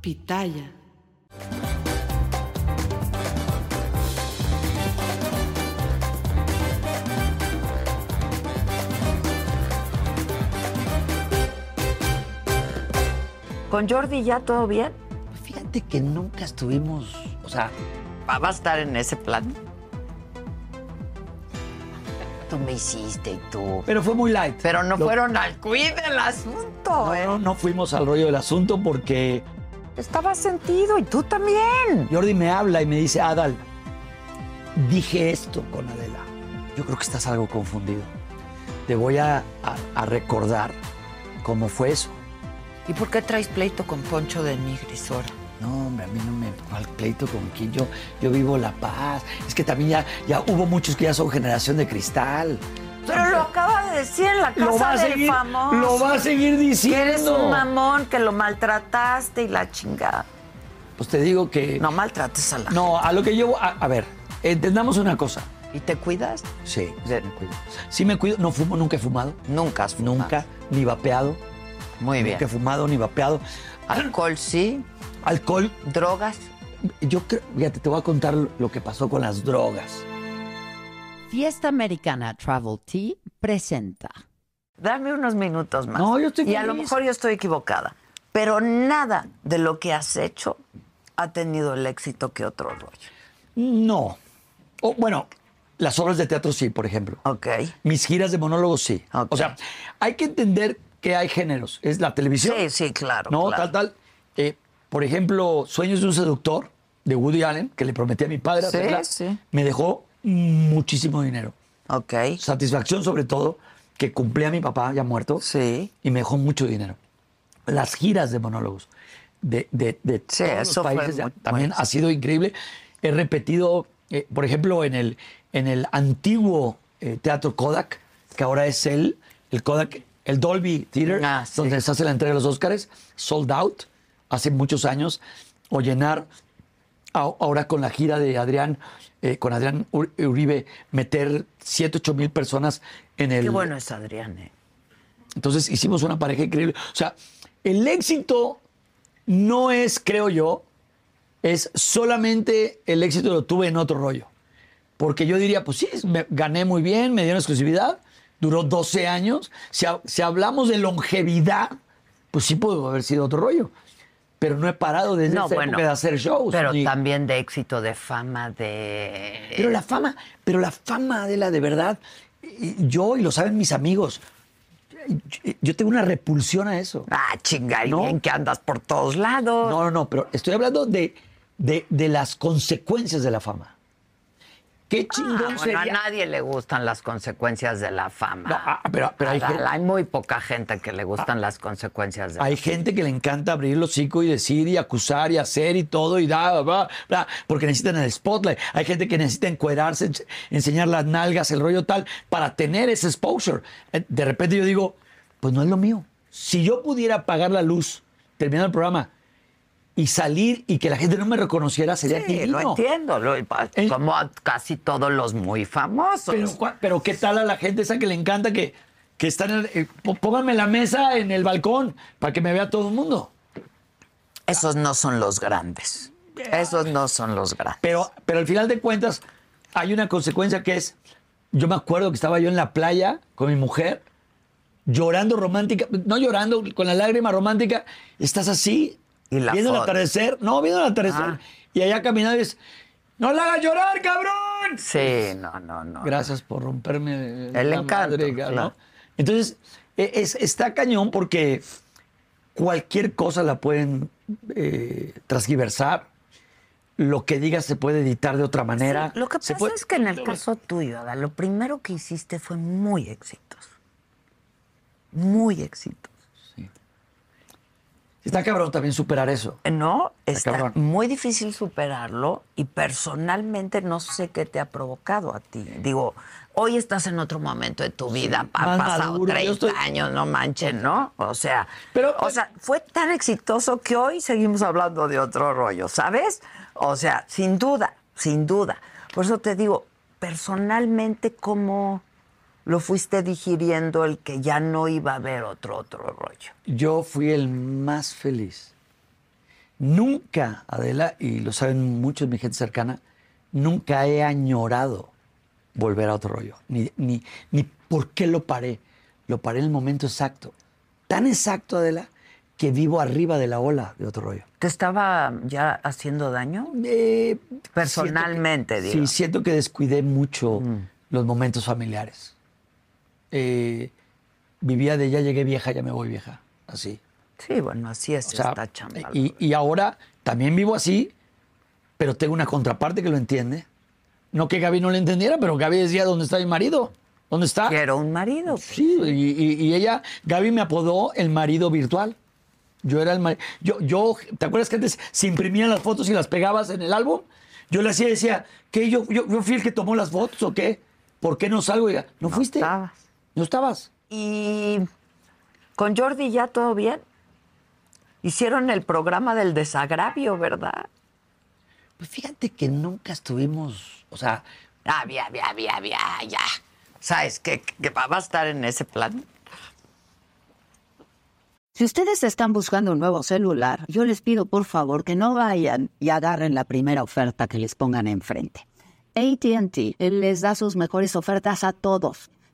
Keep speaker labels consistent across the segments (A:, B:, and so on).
A: Pitaya.
B: ¿Con Jordi ya todo bien?
C: Fíjate que nunca estuvimos, o sea,
B: ¿Va va a estar en ese plan? Tú me hiciste y tú.
C: pero fue muy light.
B: Pero no
C: Lo-
B: fueron al cuid del asunto,
C: No,
B: ¿eh?
C: no, no fuimos al rollo del asunto porque
B: Estaba sentido y tú también.
C: Jordi me habla y me dice, Adal, dije esto con Adela. Yo creo que estás algo confundido. Te voy a, a- a recordar cómo fue eso.
B: ¿Y por qué traes pleito con Poncho de Nigris ahora?
C: No, hombre, a mí no me al pleito con quien yo, yo vivo la paz. Es que también ya, ya hubo muchos que ya son generación de cristal.
B: Pero lo acaba de decir en la casa
C: Lo va a
B: del
C: seguir,
B: famoso.
C: lo va a seguir
B: Que
C: diciendo.
B: eres un mamón, que lo maltrataste y la chingada.
C: Pues te digo que
B: No maltrates a la
C: No, a lo que yo. A, a ver, entendamos una cosa.
B: gente. ¿Y te cuidas?
C: Sí,
B: De-
C: me cuido. Sí me cuido. No fumo, nunca he fumado.
B: Nunca has fumado.
C: Nunca, ni vapeado.
B: Muy Ah. bien.
C: Nunca he fumado, ni vapeado. Al-
B: Alcohol sí,
C: alcohol,
B: drogas.
C: yo creo. Fíjate, te voy a contar lo que pasó con las drogas.
A: Fiesta Americana Travel Tea presenta.
B: Dame unos minutos más.
C: No, yo estoy
B: Y a
C: feliz.
B: lo mejor yo estoy equivocada. Pero nada de lo que has hecho ha tenido el éxito que otro rollo.
C: No. O, bueno, las obras de teatro sí, por ejemplo.
B: Ok.
C: Mis giras de monólogos sí.
B: Ok.
C: O sea, hay que entender que hay géneros. Es la televisión.
B: Sí, sí, claro.
C: No,
B: claro.
C: tal, tal. Eh, por ejemplo, Sueños de un seductor de Woody Allen, que le prometí a mi padre
B: Sí,
C: hacerla,
B: sí.
C: me dejó muchísimo dinero.
B: Ok.
C: Satisfacción, sobre todo, que cumplí a mi papá ya muerto
B: Sí.
C: y me dejó mucho dinero. Las giras de monólogos de, de, de
B: Sí,
C: todos los
B: eso fue
C: países
B: muy
C: también
B: bueno.
C: ha sido increíble. He repetido, eh, por ejemplo, en el, en el antiguo eh, Teatro Kodak, que ahora es el, el Kodak, el Dolby Theater,
B: Ah, sí.
C: donde se hace la entrega de los Óscares, sold out hace muchos años, o llenar a- ahora con la gira de Adrián, eh, con Adrián Ur- Uribe, meter 7, 8 mil personas en el,
B: Qué bueno es Adrián, ¿eh?
C: entonces hicimos una pareja increíble. O sea, el éxito no es, creo yo, es solamente el éxito lo tuve en otro rollo. Porque yo diría, pues sí, me- gané muy bien, me dieron exclusividad, duró 12 años. Si, ha- si hablamos de longevidad, pues sí pudo haber sido otro rollo. Pero no he parado desde
B: No,
C: esa
B: bueno.
C: época de hacer shows.
B: Pero
C: ni-
B: también de éxito, de fama, de.
C: pero la fama, pero la fama de la de verdad, y- y yo y lo saben mis amigos, yo- yo tengo una repulsión a eso.
B: Ah, chinga, y
C: No.
B: bien que andas por todos lados.
C: No, no, no, pero estoy hablando de, de, de las consecuencias de la fama. Qué
B: Ah,
C: chingón
B: bueno, a
C: sería.
B: nadie le gustan las consecuencias de la fama.
C: No, ah, pero- pero hay
B: Adal,
C: gente-
B: hay muy poca gente que le gustan las consecuencias de
C: Hay gente que le encanta abrir los hocico y decir y acusar y hacer y todo y da, bla, bla, porque necesitan el spotlight. Hay gente que necesita encuerarse, ens- enseñar las nalgas, el rollo tal, para tener ese exposure. Eh, De repente yo digo, pues no es lo mío. Si yo pudiera apagar la luz, terminar el programa y salir y que la gente no me reconociera, sería
B: Sí,
C: divino.
B: lo entiendo, lo- como a casi todos los muy famosos.
C: Pero, cua- pero qué tal a la gente esa que le encanta que, que están en el- eh, pó- pónganme la mesa en el balcón para que me vea todo el mundo.
B: Esos no son los grandes. Esos no son los grandes.
C: Ah, Pero, pero al final de cuentas, hay una consecuencia que es. Yo me acuerdo que estaba yo en la playa con mi mujer llorando romántica, no llorando, con la lágrima romántica, estás así,
B: Y la
C: viendo el
B: foto.
C: atardecer, no, viendo el atardecer,
B: Ah.
C: y allá caminando y dices, ¡no la hagas llorar, cabrón!
B: Sí, no, no, no.
C: Gracias por romperme
B: El
C: la
B: encanto,
C: madre, ¿no?
B: claro.
C: Entonces, e- es, está cañón porque cualquier cosa la pueden eh, transgiversar. Lo que digas se puede editar de otra manera.
B: Sí, lo que
C: Se
B: pasa
C: puede-
B: es que en el caso tuyo, Ada, lo primero que hiciste fue muy exitoso. Muy exitoso.
C: Está cabrón también superar eso.
B: No, está
C: cabrón.
B: muy difícil superarlo y personalmente no sé qué te ha provocado a ti. Digo, hoy estás en otro momento de tu vida,
C: más
B: han pasado
C: maduro, yo
B: 30
C: estoy-
B: años, no manches, ¿no? O sea,
C: Pero- pues
B: o sea, fue tan exitoso que hoy seguimos hablando de otro rollo, ¿sabes? O sea, sin duda, sin duda. Por eso te digo, personalmente, ¿cómo lo fuiste digiriendo el que ya no iba a haber otro, otro rollo?
C: Yo fui el más feliz. Nunca, Adela, y lo saben muchos de mi gente cercana, nunca he añorado volver a otro rollo. Ni, ni, ni por qué lo paré. Lo paré en el momento exacto. Tan exacto, Adela, que vivo arriba de la ola de otro rollo.
B: ¿Te estaba ya haciendo daño?
C: Eh,
B: Personalmente,
C: siento que-
B: digo. Mm.
C: Sí, siento que descuidé mucho los momentos familiares. Eh, vivía de ya llegué vieja, ya me voy vieja. Así.
B: Sí, bueno, así es
C: O sea, eh,
B: esta chamba.
C: y, y ahora también vivo así, pero tengo una contraparte que lo entiende. No que Gaby no lo entendiera, pero Gaby decía, ¿dónde está mi marido? ¿Dónde está?
B: Quiero un marido.
C: ah, Sí, y, y- y ella, Gaby me apodó el marido virtual. Yo era el marido. Yo, yo, ¿te acuerdas que antes se imprimían las fotos y las pegabas en el álbum? Yo le hacía, decía, ¿qué? Yo, yo, ¿Yo fui el que tomó las fotos o qué? ¿Por qué no salgo? Y ella, ¿no, fuiste?
B: estabas.
C: No estabas.
B: Y con Jordi ya todo bien. Hicieron el programa del desagravio, ¿verdad?
C: Pues fíjate que nunca estuvimos, o sea,
B: Había, había, había, había, ya. ¿Sabes qué? Que va a estar en ese plan.
D: Si ustedes están buscando un nuevo celular, yo les pido por favor que no vayan y agarren la primera oferta que les pongan enfrente. ATT les da sus mejores ofertas a todos.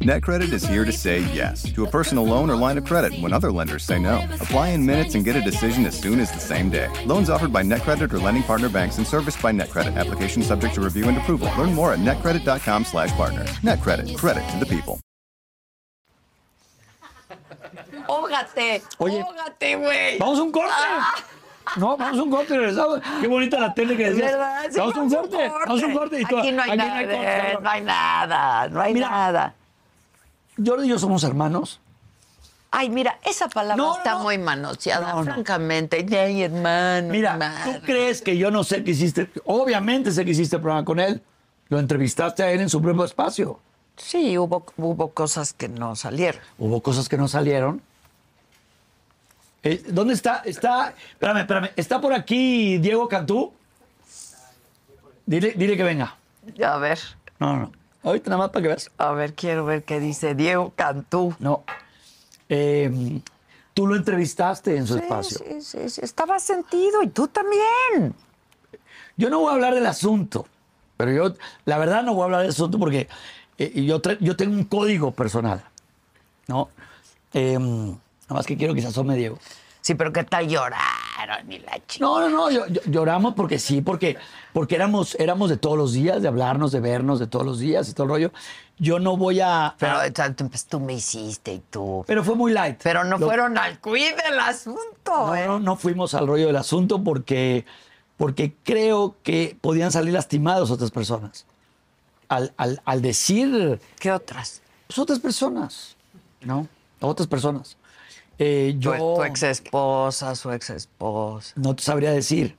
E: NetCredit is here to say yes to a personal loan or line of credit when other lenders say no. Apply in minutes and get a decision as soon as the same day. Loans offered by NetCredit or lending partner banks and serviced by NetCredit. Application subject to review and approval. Learn more at netcredit.com slash partner. NetCredit. Credit to the people.
B: ¡Ógate!
C: Oye.
B: ¡Ógate, güey!
C: ¡Vamos a un corte!
B: Ah.
C: No, vamos a un corte y regresamos. Qué bonita la tele que decías.
B: ¿Verdad? Sí,
C: vamos a un corte, vamos a un corte. Y tú-
B: Aquí no hay nada,
C: corte,
B: no
C: cabrón.
B: hay nada, no hay
C: Mira.
B: nada.
C: Jordi y yo somos hermanos.
B: Ay, mira, esa palabra
C: No, no,
B: está
C: no.
B: muy manoseada,
C: No, no.
B: francamente. Ay, hermano,
C: Mira,
B: madre.
C: ¿tú crees que yo no sé que hiciste? Obviamente sé que hiciste el programa con él. Lo entrevistaste a él en su propio espacio.
B: Sí, hubo, hubo cosas que no salieron.
C: Hubo cosas que no salieron. Eh, ¿Dónde está? Está. Espérame, espérame. ¿Está por aquí Diego Cantú? Dile, dile que venga.
B: A ver,
C: No, no, no. Ahorita nada más para que veas.
B: a ver, quiero ver qué dice Diego Cantú.
C: No. Eh, tú lo entrevistaste en su espacio.
B: Sí, sí, sí, estaba sentido y tú también.
C: Yo no voy a hablar del asunto, pero yo, la verdad, no voy a hablar del asunto porque eh, yo, tra- yo tengo un código personal, ¿no? Eh, nada más que quiero que se asome Diego.
B: Sí, pero qué tal lloraron y la chica.
C: No, no, no, yo- yo- lloramos porque sí, porque, porque éramos, éramos de todos los días, de hablarnos, de vernos, de todos los días y todo el rollo. Yo no voy a.
B: Pero
C: a-
B: o sea, tú, pues, tú me hiciste y tú.
C: pero fue muy light.
B: Pero no
C: Lo-
B: fueron al cuid del asunto.
C: No,
B: ¿eh?
C: no, no fuimos al rollo del asunto porque, porque creo que podían salir lastimados otras personas. al, al- al decir
B: ¿Qué otras?
C: pues, otras personas, ¿no? Otras personas. Eh, yo
B: Tu, tu ex esposa, su ex esposa.
C: no te sabría decir,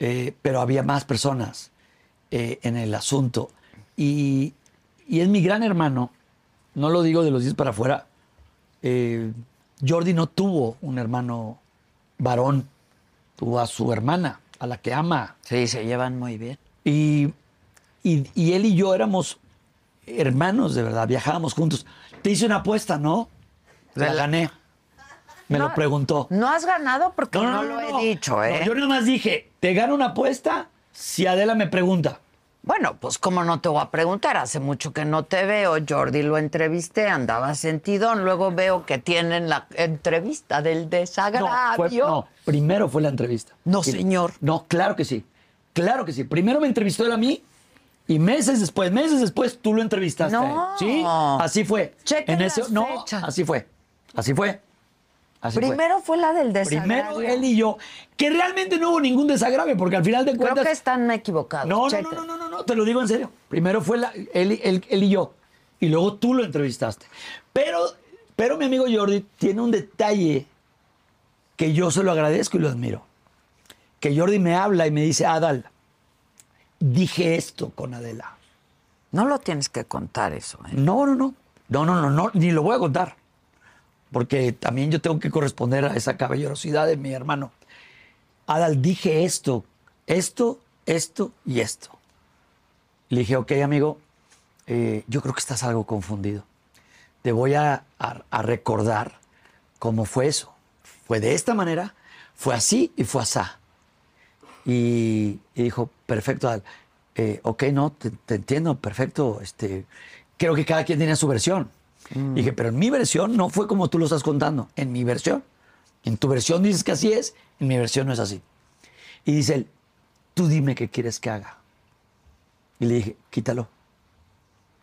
C: eh, pero había más personas eh, en el asunto. Y, y es mi gran hermano, no lo digo de los 10 para afuera, eh, Jordi no tuvo un hermano varón, tuvo a su hermana, a la que ama.
B: Sí, se llevan muy bien.
C: Y, y- y él y yo éramos hermanos, de verdad, viajábamos juntos. Te hice una apuesta, ¿no? La
B: Rela-
C: gané. Me lo preguntó.
B: No has ganado porque no, lo he
C: no.
B: dicho, ¿eh?
C: No, yo nada más dije, te gano una apuesta si Adela me pregunta.
B: Bueno, pues cómo no te voy a preguntar, hace mucho que no te veo, Jordi lo entrevisté, andaba sentidón, luego veo que tienen la entrevista del
C: No,
B: desagravio.
C: fue- no, primero fue la entrevista.
B: No,
C: Y-
B: señor.
C: No, claro que sí. Claro que sí. Primero me entrevistó él a mí y meses después, meses después tú lo entrevistaste. a él.
B: No.
C: Sí, así fue.
B: Chequen las
C: no,
B: fechas.
C: así fue. Así fue. Así fue.
B: Primero fue la del desagravio.
C: Primero él y yo, que realmente no hubo ningún desagrave, porque al final de
B: Creo
C: cuentas.
B: que están equivocados.
C: No, no,
B: chequen.
C: no, no, no, no, no, te lo digo en serio. Primero fue la- él, y- él- él y yo, y luego tú lo entrevistaste. Pero, pero mi amigo Jordi tiene un detalle que yo se lo agradezco y lo admiro. Que Jordi me habla y me dice, Adal, dije esto con Adela.
B: No lo tienes que contar eso, ¿eh?
C: No, no, no. No, no, no, no, ni lo voy a contar. Porque también yo tengo que corresponder a esa caballerosidad de mi hermano. Adal, dije esto, esto, esto y esto. Le dije, ok, amigo, eh, yo creo que estás algo confundido. Te voy a, a- a recordar cómo fue eso. Fue de esta manera, fue así y fue asá. Y, y dijo, perfecto, Adal. Eh, ok, no, te, te entiendo, perfecto. Este, creo que cada quien tenía su versión.
B: Mm.
C: Y Dije, pero en mi versión no fue como tú lo estás contando. En mi versión. En tu versión dices que así es, en mi versión no es así. Y dice él, tú dime qué quieres que haga. Y le dije, quítalo.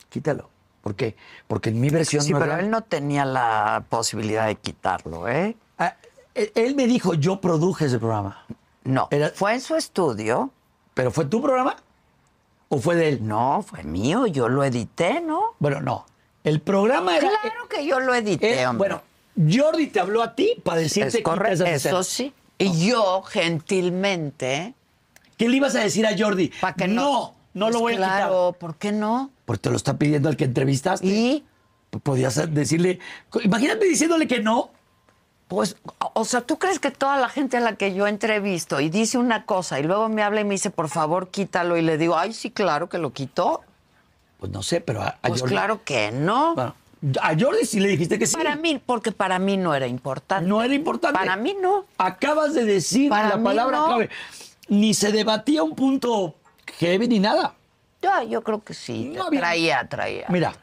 C: Quítalo. ¿Por qué? Porque en mi versión
B: Sí,
C: no es
B: pero
C: real.
B: él no tenía la posibilidad de quitarlo, ¿eh?
C: Ah, él- él me dijo, yo produje ese programa.
B: No.
C: Era-
B: Fue en su estudio.
C: ¿Pero fue tu programa? ¿O fue de él?
B: No, fue mío, yo lo edité, ¿no?
C: Bueno, no. El programa era.
B: Claro que yo lo edité,
C: eh,
B: hombre.
C: bueno, Jordi te habló a ti para decirte
B: es
C: quita
B: correcto,
C: esas
B: eso
C: escenas.
B: sí. Y yo, gentilmente,
C: ¿Qué le ibas a decir a Jordi?
B: para que
C: no.
B: no.
C: No, lo
B: Pues
C: voy a quitar.
B: Claro, ¿por qué no?
C: Porque te lo está pidiendo al que entrevistaste.
B: Y,
C: P- Podías decirle. co- Imagínate diciéndole que no.
B: pues, o- o sea, ¿tú crees que toda la gente a la que yo entrevisto y dice una cosa y luego me habla y me dice, por favor, quítalo? Y le digo, ay, sí, claro que lo quitó.
C: Pues no sé, pero a, a
B: Pues
C: Jordi.
B: claro que no.
C: Bueno, a Jordi sí le dijiste que sí.
B: Para mí, porque para mí no era importante.
C: No era importante.
B: Para mí no.
C: Acabas de decir
B: Para
C: la
B: mí
C: palabra
B: no.
C: clave. Ni se debatía un punto heavy ni nada.
B: Yo, yo creo que sí.
C: No había-
B: Traía, traía.
C: Mira,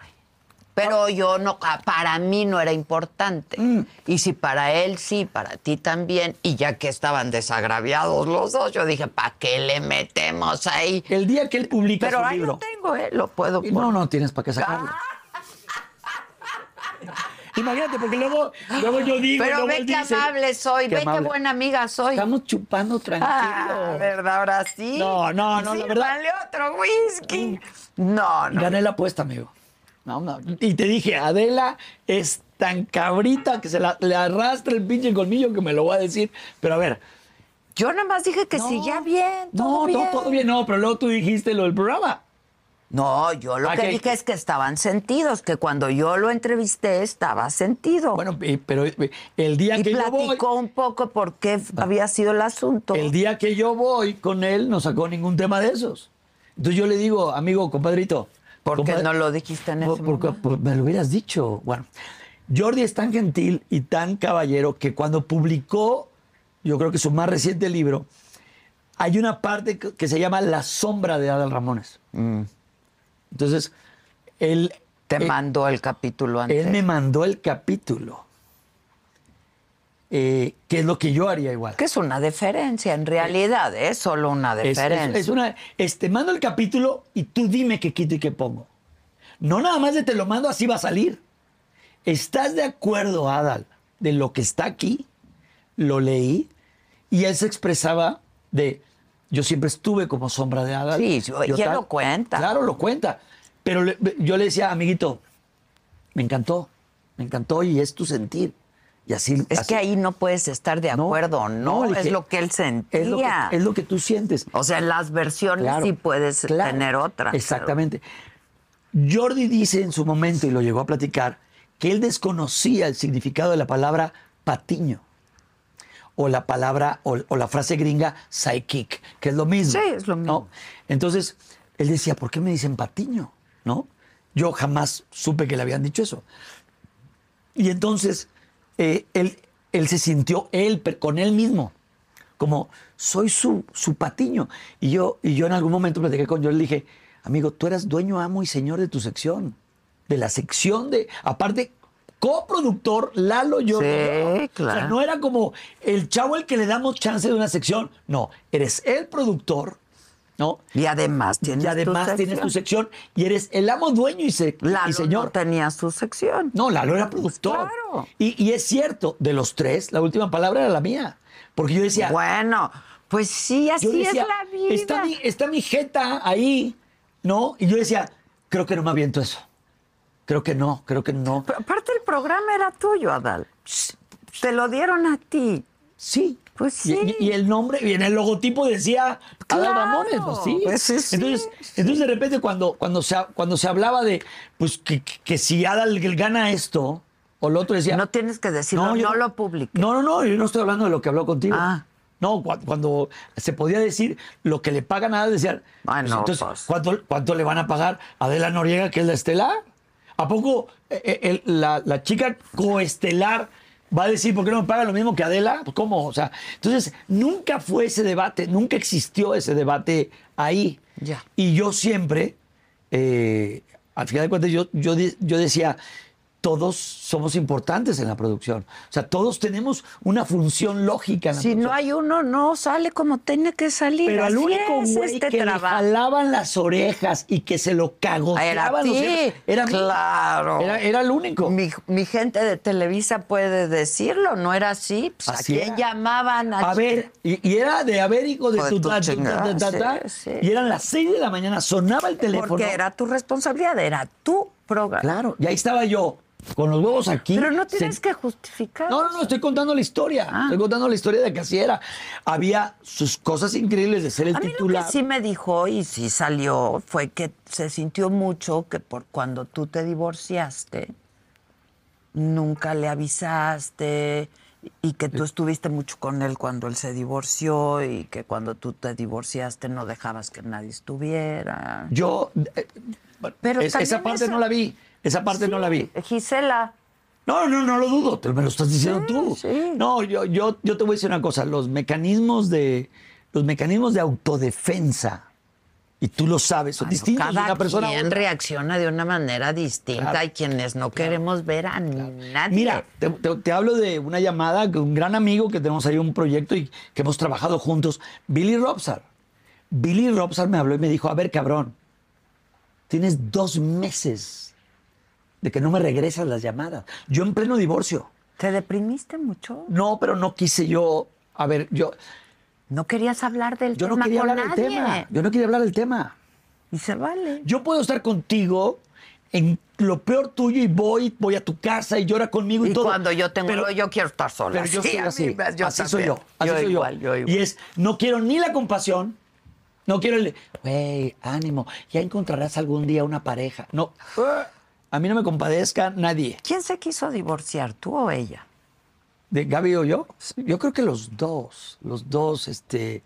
B: Pero yo no, ah, para mí no era importante.
C: Mm.
B: Y si para él sí, para ti también. Y ya que estaban desagraviados los dos, yo dije, ¿para qué le metemos ahí?
C: el día que él publica
B: Pero
C: su
B: ahí
C: libro.
B: lo tengo, ¿eh? Lo puedo
C: Y No, no tienes para qué sacarlo. Imagínate, porque luego, luego yo digo.
B: Pero
C: luego
B: ve
C: él
B: qué
C: dice-
B: amable soy, ve qué
C: amable.
B: buena amiga soy.
C: Estamos chupando tranquilo.
B: Ah, ¿verdad? Ahora sí.
C: No, no, no, la verdad- Mm.
B: Sírvale otro whisky. No, no.
C: Gané la apuesta, amigo. No, no. Y te dije, Adela es tan cabrita que se la, le arrastra el pinche colmillo que me lo va a decir. Pero a ver.
B: Yo nada más dije que
C: no.
B: sí, ya bien, todo
C: no,
B: bien.
C: No, todo bien. No, pero luego tú dijiste lo del programa.
B: No, yo lo
C: Ah,
B: que
C: que-
B: dije es que estaban sentidos, que cuando yo lo entrevisté estaba sentido.
C: Bueno, y- pero eh, el día
B: y
C: que yo voy. Ah.
B: platicó un poco por qué f- había sido el asunto.
C: El día que yo voy con él no sacó ningún tema de esos. Entonces yo le digo, amigo, compadrito.
B: ¿Por qué
C: compadre-
B: no lo dijiste en
C: Por-
B: ese
C: porque-
B: momento?
C: por- me lo hubieras dicho. Bueno, Jordi es tan gentil y tan caballero que cuando publicó, yo creo que su más reciente libro, hay una parte que que se llama La sombra de Adal Ramones. Entonces, él,
B: Mm. Te
C: él-
B: mandó el capítulo antes.
C: él me mandó el capítulo, eh, que es lo que yo haría igual.
B: Que es una deferencia, en realidad, es solo una
C: Eh, Es, es-
B: deferencia.
C: es una, este, mando el capítulo y tú dime qué quito y qué pongo. No nada más de te lo mando, así va a salir. ¿Estás de acuerdo, Adal, de lo que está aquí? Lo leí y él se expresaba de, yo siempre estuve como sombra de Adal.
B: Sí, sí,
C: Yo
B: y él
C: tal-
B: lo cuenta.
C: Claro, lo cuenta. Pero le- yo le decía, amiguito, me encantó, me encantó y es tu sentir. Y así.
B: Es
C: así-
B: que ahí no puedes estar de acuerdo, ¿no?
C: le
B: es
C: dije,
B: lo que él sentía.
C: Es lo que, es lo que tú sientes.
B: O sea, en las versiones
C: Claro,
B: sí puedes
C: claro,
B: tener otra.
C: Exactamente. Jordi dice en su momento, y lo llegó a platicar, que él desconocía el significado de la palabra patiño o la palabra o, o la frase gringa psychic, que es lo mismo.
B: Sí, es lo
C: ¿no?
B: mismo.
C: Entonces, él decía, ¿por qué me dicen patiño? ¿No? Yo jamás supe que le habían dicho eso. Y entonces, eh, él, él se sintió él per- con él mismo. Como, soy su, su patiño. Y yo, y yo en algún momento platiqué con yo le dije, amigo, tú eras dueño, amo y señor de tu sección. De la sección de, aparte, coproductor Lalo yo.
B: Sí,
C: O sea,
B: claro.
C: no era como el chavo al que le damos chance de una sección. No, eres el productor, ¿no?
B: Y además tienes
C: Y además
B: tu
C: tienes tu
B: sección.
C: sección y eres el amo, dueño y, se- y
B: Lalo
C: señor.
B: no tenía su sección.
C: No, Lalo era productor.
B: Claro.
C: Y, y es cierto, de los tres, la última palabra era la mía. Porque yo decía.
B: Bueno, pues sí, así
C: yo decía,
B: es la vida.
C: Está mi, está mi jeta ahí, ¿no? Y yo decía, creo que no me aviento eso. Creo que no, creo que no.
B: Pero aparte el programa era tuyo, Adal. Te lo dieron a ti.
C: Sí.
B: Pues
C: Y-
B: sí.
C: Y, y el nombre, y en el logotipo decía Adal
B: Claro.
C: Ramones, pues sí.
B: Pues sí, sí.
C: Entonces, entonces de repente cuando, cuando, se, cuando se hablaba de pues que, que si Adal gana esto, o lo otro decía.
B: No tienes que decirlo, no,
C: yo
B: lo publiques.
C: No, no, no, yo no estoy hablando de lo que habló contigo.
B: Ah.
C: No, cua- cuando se podía decir lo que le pagan a Adela, decían,
B: Ah, no,
C: entonces,
B: pues.
C: ¿cuánto, cuánto le van a pagar a Adela Noriega, que es la estelar? ¿A poco eh, eh, el- la, la chica coestelar va a decir, ¿por qué no me pagan lo mismo que Adela? Pues, ¿Cómo? O sea, entonces, nunca fue ese debate, nunca existió ese debate ahí.
B: Ya.
C: Y yo siempre, eh, al final de cuentas, yo, yo, de- yo decía, todos somos importantes en la producción. O sea, todos tenemos una función lógica en la
B: Si
C: producción.
B: no hay uno, no sale como tiene que salir.
C: Pero al
B: Así
C: único
B: es
C: güey
B: este
C: que
B: trabajo.
C: le jalaban las orejas y que se lo
B: Era a
C: cagoteaban los
B: ti.
C: dientes, era a mí.
B: Claro.
C: Era, era el único.
B: Mi, mi gente de Televisa puede decirlo, ¿no era así? Pues,
C: Así
B: ¿A quién
C: era.
B: llamaban?
C: A ver, y, y era de haber hijo de
B: Hijo de
C: tu
B: tu
C: ta- tu- ta- ta- ta-
B: chingada,
C: ta,
B: sí, sí.
C: Y eran las 6 de la mañana, sonaba el teléfono.
B: Porque era tu responsabilidad, era tu programa.
C: Claro, y ahí estaba yo, con los huevos aquí.
B: Pero no tienes
C: sen-
B: que justificar.
C: No, no, no, estoy contando la historia.
B: Ah.
C: Estoy contando la historia de que así era. Había sus cosas increíbles de ser el
B: A mí lo que
C: titular.
B: sí me dijo y sí salió fue que se sintió mucho que por cuando tú te divorciaste nunca le avisaste y que tú estuviste mucho con él cuando él se divorció y que cuando tú te divorciaste no dejabas que nadie estuviera.
C: Yo. eh, bueno,
B: Pero
C: es-
B: también
C: esa parte
B: esa-
C: no la vi. Esa parte no la vi.
B: Gisela,
C: No, no, no lo dudo. Te, me lo estás diciendo tú.
B: sí.
C: No, yo, yo, yo te voy a decir una cosa. Los mecanismos de. Los mecanismos de autodefensa. Y tú lo sabes, son distintos de
B: cada
C: una persona. a
B: quien
C: otra.
B: reacciona de una manera distinta y quienes no queremos ver a nadie.
C: Mira, te, te- te hablo de una llamada con un gran amigo que tenemos ahí un proyecto y que hemos trabajado juntos, Billy Robsar. Billy Robsar me habló y me dijo, a ver, cabrón, tienes dos meses de que no me regresas las llamadas. Yo en pleno divorcio.
B: ¿te deprimiste mucho?
C: No, pero no quise yo, a ver, yo,
B: No querías hablar del
C: yo
B: tema
C: no quería
B: con
C: hablar del
B: nadie.
C: tema. Yo no quería hablar del tema.
B: Y se vale.
C: Yo puedo estar contigo en lo peor tuyo y voy, voy a tu casa y llora conmigo y,
B: Y
C: todo.
B: cuando yo tengo,
C: Pero-
B: yo quiero estar sola.
C: Pero yo
B: Sí,
C: soy
B: a mí
C: así.
B: me- yo
C: así soy yo.
B: también.
C: Así soy
B: igual,
C: yo.
B: yo igual.
C: Y es, no quiero ni la compasión, no quiero el, güey, ánimo, ya encontrarás algún día una pareja. No, eh, a mí no me compadezca nadie.
B: ¿Quién se quiso divorciar, tú o ella?
C: ¿De Gaby o yo? Yo creo que los dos, los dos, este.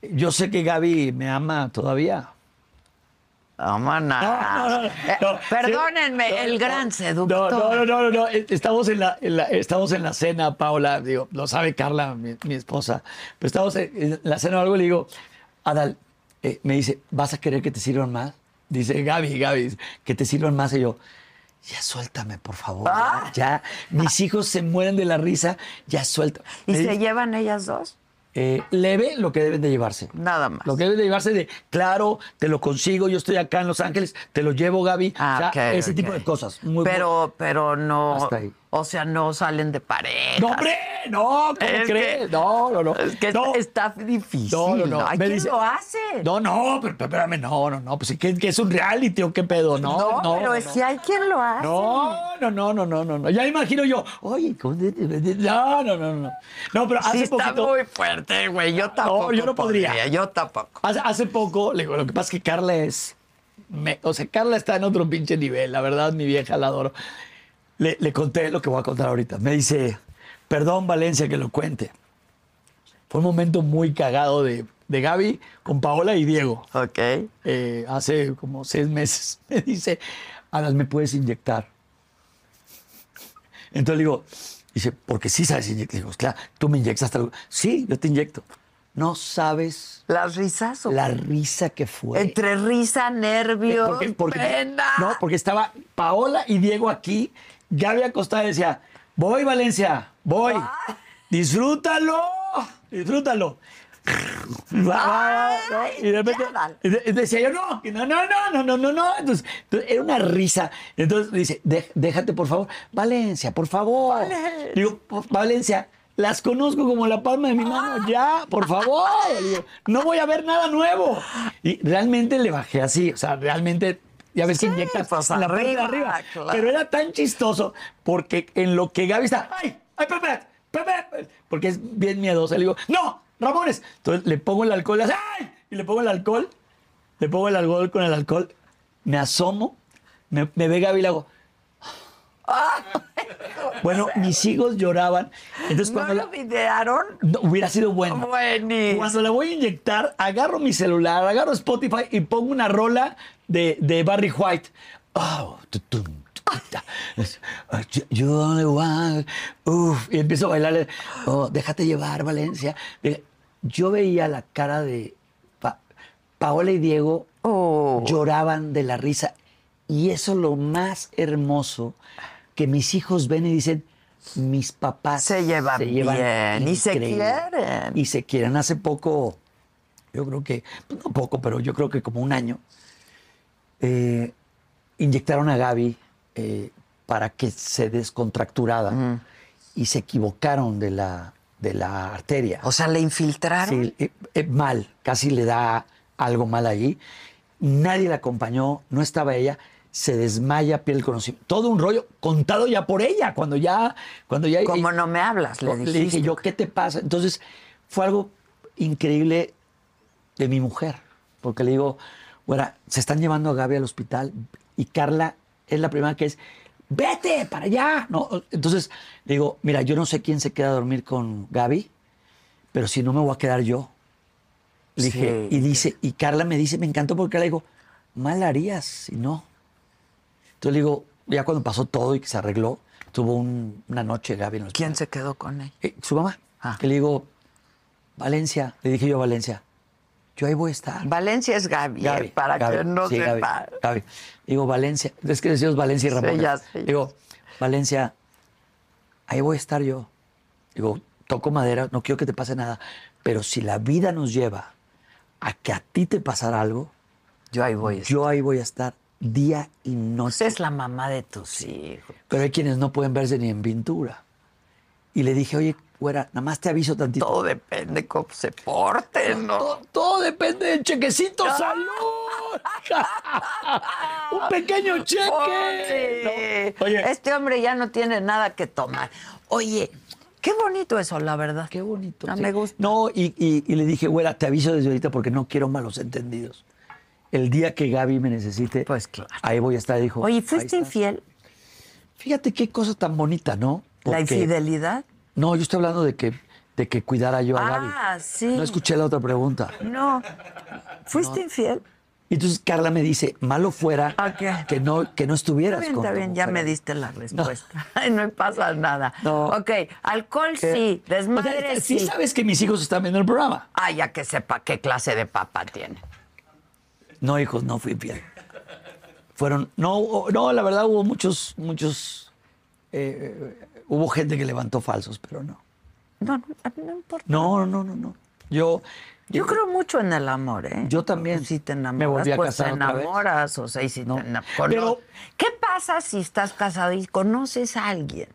C: Yo sé que Gaby me ama todavía.
B: Amana.
C: No, no, no, no.
B: Oh, Eh,
C: No,
B: perdónenme,
C: sí, no,
B: el
C: no,
B: gran
C: no,
B: seductor.
C: No, no, no, no, no, eh, Estamos en la, en la- estamos en la cena, Paola. Digo, lo sabe Carla, mi, mi esposa. Pero estamos en, en la cena o algo y le digo, Adal, eh, me dice, ¿vas a querer que te sirvan más? Dice Gaby, Gaby, que te sirvan más. Y yo, ya suéltame, por favor.
B: Ah.
C: Ya, ya. mis hijos se mueren de la risa, ya suéltame.
B: ¿Y
C: Me
B: se
C: dice,
B: llevan ellas dos?
C: eh, leve lo que deben de llevarse.
B: Nada más.
C: Lo que deben de llevarse de, claro, te lo consigo, yo estoy acá en Los Ángeles, te lo llevo, Gaby.
B: Ah,
C: O sea,
B: ok,
C: ese
B: ok.
C: tipo de cosas. Muy
B: pero, pero no.
C: Hasta ahí.
B: O sea, no salen de
C: bu-
B: pareja.
C: ¡No, hombre! No, ¿cómo
B: Es
C: crees?
B: que-
C: no, no, no.
B: Es que
C: No.
B: está está difícil.
C: No, no, no.
B: Ay,
C: Me
B: ¿Quién
C: dice-
B: lo hace?
C: No, no, pero, pero espérame, no, no, no. Pues es que, que es un reality o qué pedo, no. No,
B: pero
C: no,
B: es si hay quien lo hace.
C: no, no, no, no, no, no, no. Ya imagino yo, oye, ¿cómo te- te- te- no, no, no, no. No, pero hace
B: Sí, está
C: poquito.
B: muy fuerte, güey. Yo tampoco.
C: yo no podría.
B: Yo tampoco.
C: Hace, hace poco, le digo, lo que pasa es que Carla es. me- o sea, Carla está en otro pinche nivel, la verdad, mi vieja la adoro. Le, le conté lo que voy a contar ahorita. Me dice, perdón, Valencia, que lo cuente. Fue un momento muy cagado de, de Gaby con Paola y Diego.
B: Ok.
C: Eh, hace como seis meses. Me dice, Alas, ¿me puedes inyectar? Entonces le digo, dice, porque sí sabes inyectar. Le digo, claro, tú me inyectas hasta. lo-". Sí, yo te inyecto. No sabes
B: Las risas. o
C: la risa que fue.
B: Entre risa, nervios,
C: Eh, Porque- porque-
B: pena.
C: No, pues, porque estaba Paola y Diego aquí. Gaby acostada y decía, voy Valencia, voy. Disfrútalo, disfrútalo. Va, va, va, ¿no? Y de repente
B: Ah, ya, dale.
C: y de- y decía yo, no, y no, no, no, no, no, no, no. Entonces, entonces, era una risa. Entonces dice, "Dé- déjate por favor, Valencia, por favor. Digo, "Por- Valencia, las conozco como la palma de mi
B: Ah.
C: mano, ya, por favor. Le digo, no voy a ver nada nuevo. Y realmente le bajé así, o sea, realmente, ya ves que
B: Sí,
C: inyectas
B: pues,
C: en la parte de
B: arriba,
C: arriba.
B: claro.
C: Pero era tan chistoso porque en lo que Gaby está, ¡ay! ¡ay, Pepe! ¡Pepe! Porque es bien miedosa. Le digo, ¡no! ¡Ramones! Entonces le pongo el alcohol, le hace, ¡ay! Y le pongo el alcohol, le pongo el alcohol con el alcohol, me asomo, me, me ve Gaby y le hago. "Ah". Bueno, mis hijos lloraban. Entonces,
B: ¿No
C: cuando
B: lo
C: la-
B: videaron?
C: no, hubiera sido bueno.
B: Buenísimo.
C: Cuando la voy a inyectar, agarro mi celular, agarro Spotify y pongo una rola de, de Barry White. Oh, tu, tu, tu, ta. You only want- Uf, y empiezo a bailar. Oh, déjate llevar, Valencia. De- Yo veía la cara de Pa- Paola y Diego lloraban de la risa. Y eso es lo más hermoso que mis hijos ven y dicen, mis papás
B: Se llevan bien y se quieren.
C: Y se quieren. Hace poco, yo creo que, pues, no poco, pero yo creo que como un año, eh, inyectaron a Gaby eh, para que se descontracturara y se equivocaron de la, de la arteria.
B: O sea, le infiltraron.
C: Sí, eh, eh, mal, casi le da algo mal ahí. Nadie la acompañó, no estaba ella, se desmaya, pierde el conocimiento. Todo un rollo contado ya por ella, cuando ya... Cuando ya
B: Como
C: eh,
B: no me hablas, le
C: le
B: dijiste.
C: dije yo, ¿qué te pasa? Entonces fue algo increíble de mi mujer, porque le digo, bueno, se están llevando a Gaby al hospital y Carla es la primera que es, vete para allá. No, entonces le digo, mira, yo no sé quién se queda a dormir con Gaby, pero si no me voy a quedar yo. Le dije,
B: Sí.
C: y dice, y Carla me dice, me encantó porque le digo, mal harías si no. Entonces le digo, ya cuando pasó todo y que se arregló, tuvo un- una noche Gaby en el hospital.
B: ¿Quién se quedó con él?
C: Eh, su mamá.
B: Ah.
C: Que le digo, Valencia, le dije yo a Valencia, yo ahí voy a estar.
B: Valencia es Gaby, eh,
C: Gaby,
B: para
C: Gaby,
B: que no
C: sí, Gaby,
B: sepa. Pues
C: Gaby. Digo, Valencia, es que decimos Valencia y
B: Sí,
C: Ramón.
B: ya sé.
C: Digo, Valencia, ahí voy a estar yo. Digo, toco madera, no quiero que te pase nada, pero si la vida nos lleva a que a ti te pasara algo,
B: Yo ahí voy.
C: yo ahí voy a estar día y
B: Usted
C: noche.
B: es la mamá de tus hijos.
C: Pero hay quienes no pueden verse ni en pintura. Y le dije, oye, güera, nada más te aviso tantito.
B: Todo depende cómo se porten, ¿no?
C: Todo, todo depende del chequecito salud. Un pequeño
B: Oh, Oye,
C: cheque. No. Oye,
B: Este hombre ya no tiene nada que tomar. Oye, qué bonito eso, la verdad.
C: qué bonito.
B: Ah,
C: sí.
B: me gusta.
C: No, y, y- y le dije, güera, te aviso desde ahorita porque no quiero malos entendidos. El día que Gaby me necesite,
B: Pues claro.
C: ahí voy a estar, dijo.
B: Oye,
C: ahí
B: ¿fuiste
C: estás.
B: infiel?
C: Fíjate qué cosa tan bonita, ¿no?
B: ¿La
C: Porque-
B: infidelidad?
C: No, yo estoy hablando de que, de que cuidara yo a Gaby.
B: Ah, sí.
C: No escuché la otra pregunta.
B: No. ¿Fuiste infiel?
C: Y entonces Carla me dice, malo fuera
B: ¿A qué?
C: que no que no
B: Está
C: estuvieras
B: bien,
C: con
B: está
C: tu
B: bien, ya
C: mujer.
B: me diste la respuesta. Ay, No, pasa nada.
C: No.
B: Ok, alcohol sí,
C: O sea,
B: desmadre
C: sí
B: sí.
C: sabes que mis hijos están viendo el programa.
B: Ah, ya que sepa qué clase de papá tiene.
C: No, hijos, no fui bien. Fueron, no, hubo- no, la verdad hubo muchos, muchos, eh, hubo gente que levantó falsos, pero no.
B: No, no, a mí no importa.
C: No, no, no, no. Yo,
B: Yo creo mucho en el amor, ¿eh?
C: Yo también.
B: Si te
C: Me
B: enamoras,
C: volví a
B: pues
C: casar
B: te
C: otra vez.
B: enamoras, o sea, y si
C: No.
B: te enamoras.
C: Pero-
B: ¿Qué pasa si estás casado y conoces a alguien?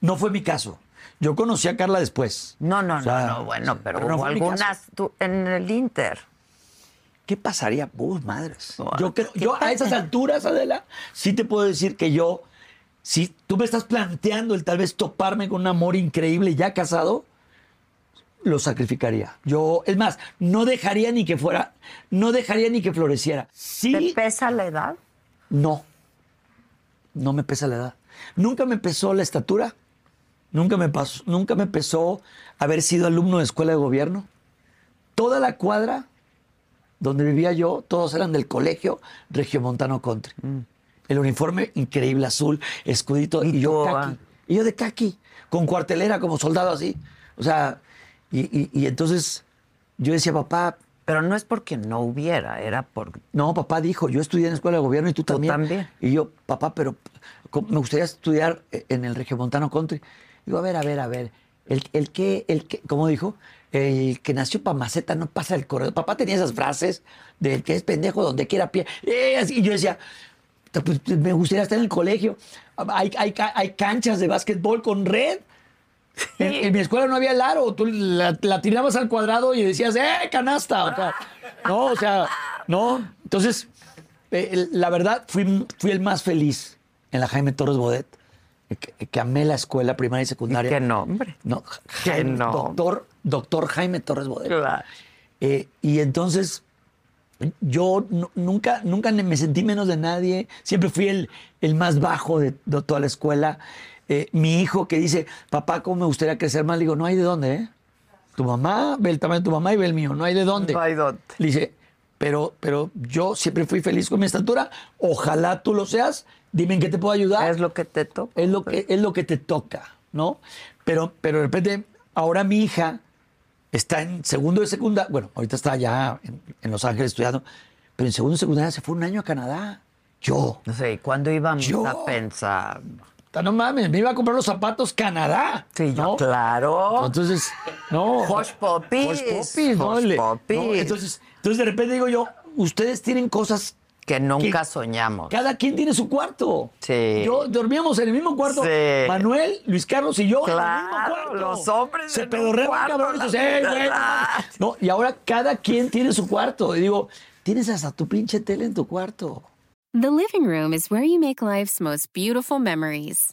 C: no fue mi caso. Yo conocí a Carla después.
B: No, no,
C: O sea,
B: no, no, bueno, pero,
C: pero no
B: hubo
C: fue mi caso.
B: algunas tú- en el Inter.
C: ¿Qué pasaría? Vos, madres. Yo creo, yo a esas alturas, Adela, sí te puedo decir que yo, si tú me estás planteando el tal vez toparme con un amor increíble ya casado, lo sacrificaría. Yo, es más, no dejaría ni que fuera, no dejaría ni que floreciera.
B: ¿Te
C: Sí,
B: pesa la edad?
C: no. No me pesa la edad. Nunca me pesó la estatura. Nunca me, pasó, nunca me pesó haber sido alumno de escuela de gobierno. Toda la cuadra donde vivía yo, todos eran del colegio Regiomontano Country. El uniforme increíble azul, escudito, y,
B: Y
C: yo
B: toga.
C: caqui. Y yo de caqui, con cuartelera como soldado así. O sea, y, y- y entonces yo decía, papá,
B: Pero no es porque no hubiera, era por...
C: no, papá dijo, yo estudié en la escuela de gobierno y tú,
B: Tú
C: también.
B: también.
C: Y yo, papá, pero co- me gustaría estudiar eh, en el Regiomontano Country. Digo, a ver, a ver, a ver. El, el que, el que, ¿cómo dijo? El que nació pa' maceta no pasa el corredor. Papá tenía esas frases del que es pendejo donde quiera pie. Eh, así, Y yo decía, "Ta- pues, pues, me gustaría estar en el colegio. Hay, hay ca- hay canchas de básquetbol con red. En, en mi escuela no había el aro, tú la, la tirabas al cuadrado y decías, ¡eh, canasta! O sea, no, o sea, no. Entonces, eh, el- la verdad, fui, fui el más feliz en la Jaime Torres Bodet, eh, que, que amé la escuela primaria y secundaria.
B: ¿Qué nombre?
C: No,
B: Qué
C: Jaime-
B: no.
C: Doctor, doctor Jaime Torres Bodet.
B: Claro.
C: Eh, y entonces yo nu- nunca, nunca me sentí menos de nadie. Siempre fui el, el más bajo de, de toda la escuela. Eh, mi hijo que dice, papá, ¿cómo me gustaría crecer más? Le digo, no hay de dónde, ¿eh? Tu mamá, ve el tamaño de tu mamá y ve el mío, no hay de dónde.
B: No hay dónde.
C: Le dice, pero, pero yo siempre fui feliz con mi estatura, ojalá tú lo seas, dime en qué te puedo ayudar
B: Es lo que te toca.
C: es lo que es lo que te toca, ¿no? Pero, pero de repente, ahora mi hija está en segundo de secundaria, bueno, ahorita está allá en, en Los Ángeles estudiando, pero en segundo de secundaria se fue un año a Canadá. Yo,
B: No sé, ¿y ¿cuándo íbamos
C: Yo-
B: a pensar?
C: ta, no mames, me iba a comprar los zapatos Canadá.
B: Sí, yo,
C: ¿no?
B: claro.
C: Entonces, no.
B: Hush Puppies.
C: Hush Puppies, ¿no?
B: Hush
C: Le-
B: Puppies.
C: no, Entonces, entonces, de repente digo yo, ustedes tienen cosas
B: que nunca
C: que-
B: soñamos.
C: Cada quien tiene su cuarto.
B: Sí.
C: Yo dormíamos en el mismo cuarto.
B: Sí.
C: Manuel, Luis Carlos y yo en el mismo
B: Claro,
C: cuarto.
B: los hombres
C: se
B: en un
C: pedorreaban
B: cuarto,
C: cabrones. y dices,
B: la
C: "Ey, güey, no
B: verdad".
C: mames". no, y ahora cada quien tiene su cuarto. Y digo, tienes hasta tu pinche tele en tu cuarto.
F: The living room is where you make life's most beautiful memories.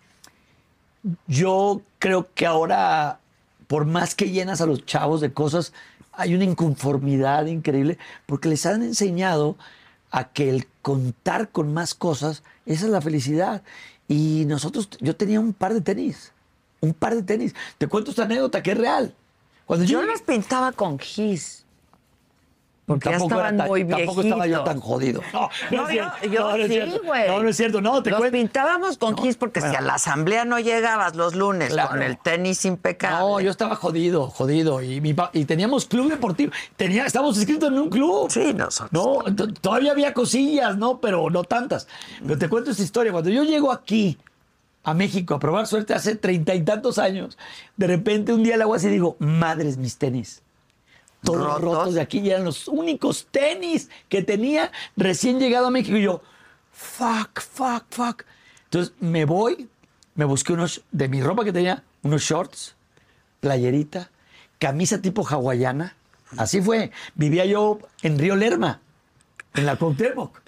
C: yo creo que ahora, por más que llenas a los chavos de cosas, hay una inconformidad increíble, porque les han enseñado a que el contar con más cosas, esa es la felicidad. Y nosotros, yo tenía un par de tenis, un par de tenis. Te cuento esta anécdota que es real. Cuando yo,
B: Yo los pintaba con gis. Porque ya
C: tampoco, era
B: estaban
C: tan-
B: muy
C: tampoco estaba yo
B: viejitos.
C: tan jodido. No, no,
B: No,
C: es
B: yo-
C: cierto.
B: yo
C: no, no es
B: sí,
C: cierto.
B: güey.
C: No, no es cierto. No, te
B: Los
C: cuento.
B: pintábamos con gis porque si a la asamblea no llegabas los lunes
C: Claro.
B: con el tenis impecable.
C: No, yo estaba jodido, jodido. Y, mi pa- y teníamos club deportivo. Tenía, estábamos inscritos en un club.
B: Sí, nosotros.
C: No, t- todavía había cosillas, ¿no? Pero no tantas. Pero te cuento esta historia. Cuando yo llego aquí, a México, a probar suerte hace treinta y tantos años, de repente un día la aguas y digo, madres mis tenis. Todos rotos.
B: Rotos.
C: de aquí y eran los únicos tenis que tenía recién llegado a México. Y yo, fuck, fuck, fuck. Entonces me voy, me busqué unos, de mi ropa que tenía, unos shorts, playerita, camisa tipo hawaiana. Así fue. Vivía yo en Río Lerma, en la Cuauhtémoc.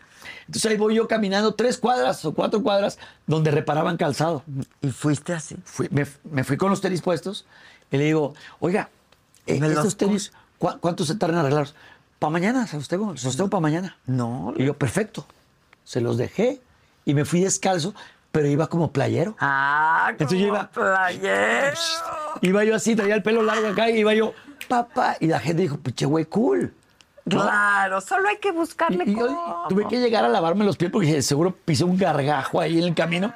C: Entonces ahí voy yo caminando tres cuadras o cuatro cuadras donde reparaban calzado.
B: Y fuiste así.
C: Fui- me, me fui con los tenis puestos y le digo, oiga, eh,
B: Me los
C: estos tenis, ¿Cuá- ¿Cuánto se tardan en arreglarlos? Para mañana, se los tengo, se los tengo para mañana.
B: No.
C: Y yo, perfecto. Se los dejé y me fui descalzo, pero iba como playero.
B: Ah,
C: Entonces yo
B: como
C: iba-
B: playero.
C: Iba yo así, traía el pelo largo acá y iba yo, papá. Y la gente dijo, pinche güey, cool.
B: Claro, solo hay que buscarle
C: Y, y yo
B: cómo.
C: tuve que llegar a lavarme los pies porque dije, seguro pisé un gargajo ahí en el camino.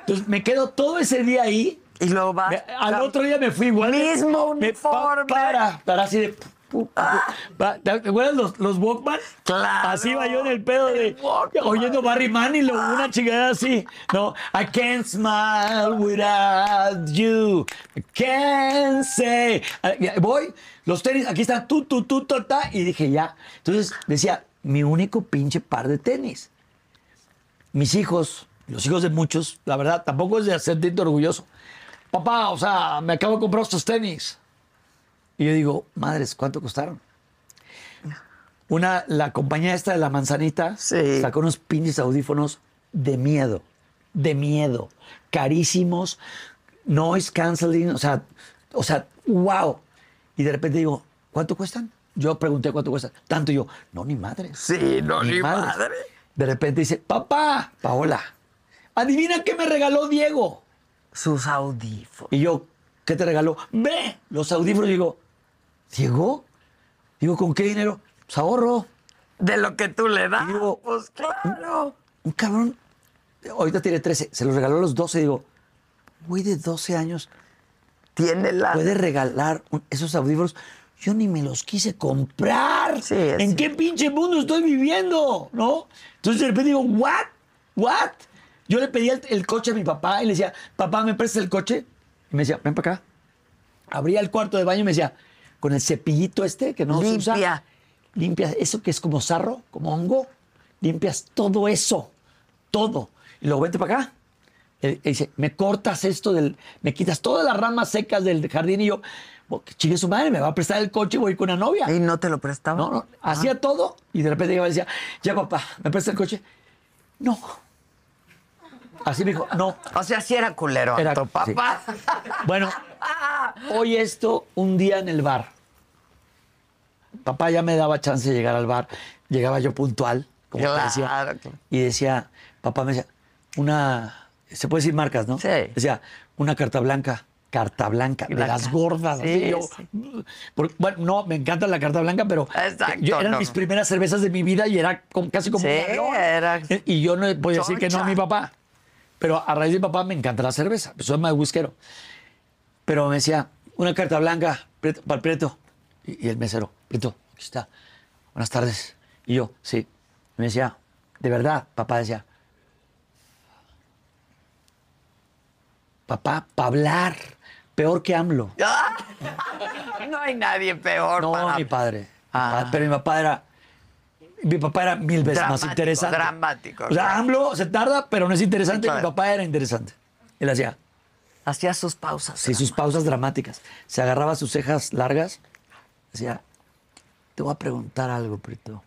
C: Entonces me quedo todo ese día ahí.
B: Y luego vas.
C: Me- al otro día me fui igual.
B: Ah, Mismo
C: Me pa-
B: uniforme.
C: para, para así de. pu- pu- pu- pa- ¿Te acuerdas los, los Walkman?
B: Claro.
C: Así va yo en el pedo de.
B: Walkman. Ah.
C: Oyendo Barry Manilow, una chingada así. No, I can't smile without you. I can't say. Ah, ya, Voy, los tenis, aquí están, tu, tu, tu, ta, ta. Y dije, ya. Entonces decía, mi único pinche par de tenis mis hijos, los hijos de muchos, la verdad, tampoco es de sentirte orgulloso. Papá, o sea, me acabo de comprar estos tenis. Y yo digo, madres, ¿cuánto costaron? Una, la compañía esta de la manzanita
B: Sí.
C: sacó unos pinches audífonos de miedo, de miedo, carísimos, noise canceling, o sea, o sea, wow. Y de repente digo, ¿cuánto cuestan? Yo pregunté cuánto cuestan. Tanto y yo, no, ni madres.
B: Sí, no,
C: Mi
B: ni
C: madre.
B: madre.
C: De repente dice, papá, Paola, adivina qué me regaló Diego.
B: Sus audífonos.
C: Y yo, ¿qué te regaló? Ve los audífonos. Y digo, ¿Diego? Digo, ¿con qué dinero? Pues ahorro.
B: De lo que tú le das.
C: Digo,
B: pues claro.
C: Un cabrón, ahorita tiene 13, se los regaló a los 12. Digo, güey de 12 años,
B: Tiene la.
C: puede regalar un- esos audífonos. Yo ni me los quise comprar.
B: Sí, es
C: ¿En qué pinche mundo estoy viviendo? ¿No? Entonces de repente digo, ¿what? ¿What? Yo le pedía el, el coche a mi papá y le decía, papá, ¿me prestas el coche? Y me decía, ven para acá. Abría el cuarto de baño y me decía, con el cepillito este que no se usa.
B: Limpia.
C: Limpias eso que es como sarro, como hongo. Limpias todo eso. Todo. Y luego vente para acá. Él- él dice, me cortas esto del, me quitas todas las ramas secas del jardín y yo, "Bo- que chingue su madre, me va a prestar el coche y voy con una novia.
B: Y no te lo prestaba.
C: Pues, No, no, hacía todo y de repente llegaba y decía, ya papá, ¿me presta el coche? No. Así me dijo, no.
B: Ah, O sea, sí era culero.
C: Era-
B: tu papá.
C: Bueno, hoy esto, un día en el bar. Papá ya me daba chance de llegar al bar. Llegaba yo puntual, como te
B: Claro,
C: decía.
B: claro.
C: Y decía, papá me decía, una. Se puede decir marcas, ¿no?
B: Sí.
C: Decía, una carta blanca. Carta blanca, de
B: Blanca.
C: las gordas. así,
B: Sí,
C: yo, porque, bueno, no, me encanta la carta blanca, pero
B: Exacto,
C: yo- eran
B: no.
C: mis primeras cervezas de mi vida y era como- casi como Eh,
B: Sí,
C: galón.
B: era-
C: Y yo no voy a decir que no a
B: Choncha.
C: mi papá. Pero a raíz de mi papá me encanta la cerveza. Soy más whiskero. Pero me decía, una carta blanca Prieto- para el Prieto. Y, y el mesero, Prieto, aquí está. Buenas tardes. Y yo, sí. Me decía, de verdad, papá decía, papá, para hablar, peor que AMLO.
B: No hay nadie peor
C: No,
B: para.
C: mi padre.
B: Ah.
C: Pero mi papá era. Mi papá era mil veces más
B: Dramático,
C: interesante.
B: dramático,
C: O sea,
B: claro.
C: AMLO se tarda, pero no es
B: Sí,
C: interesante.
B: claro.
C: Mi papá era interesante. Él hacía
B: Hacía sus pausas.
C: sí, sus pausas dramáticas. Se agarraba sus cejas largas. Decía, te voy a preguntar algo, Prito.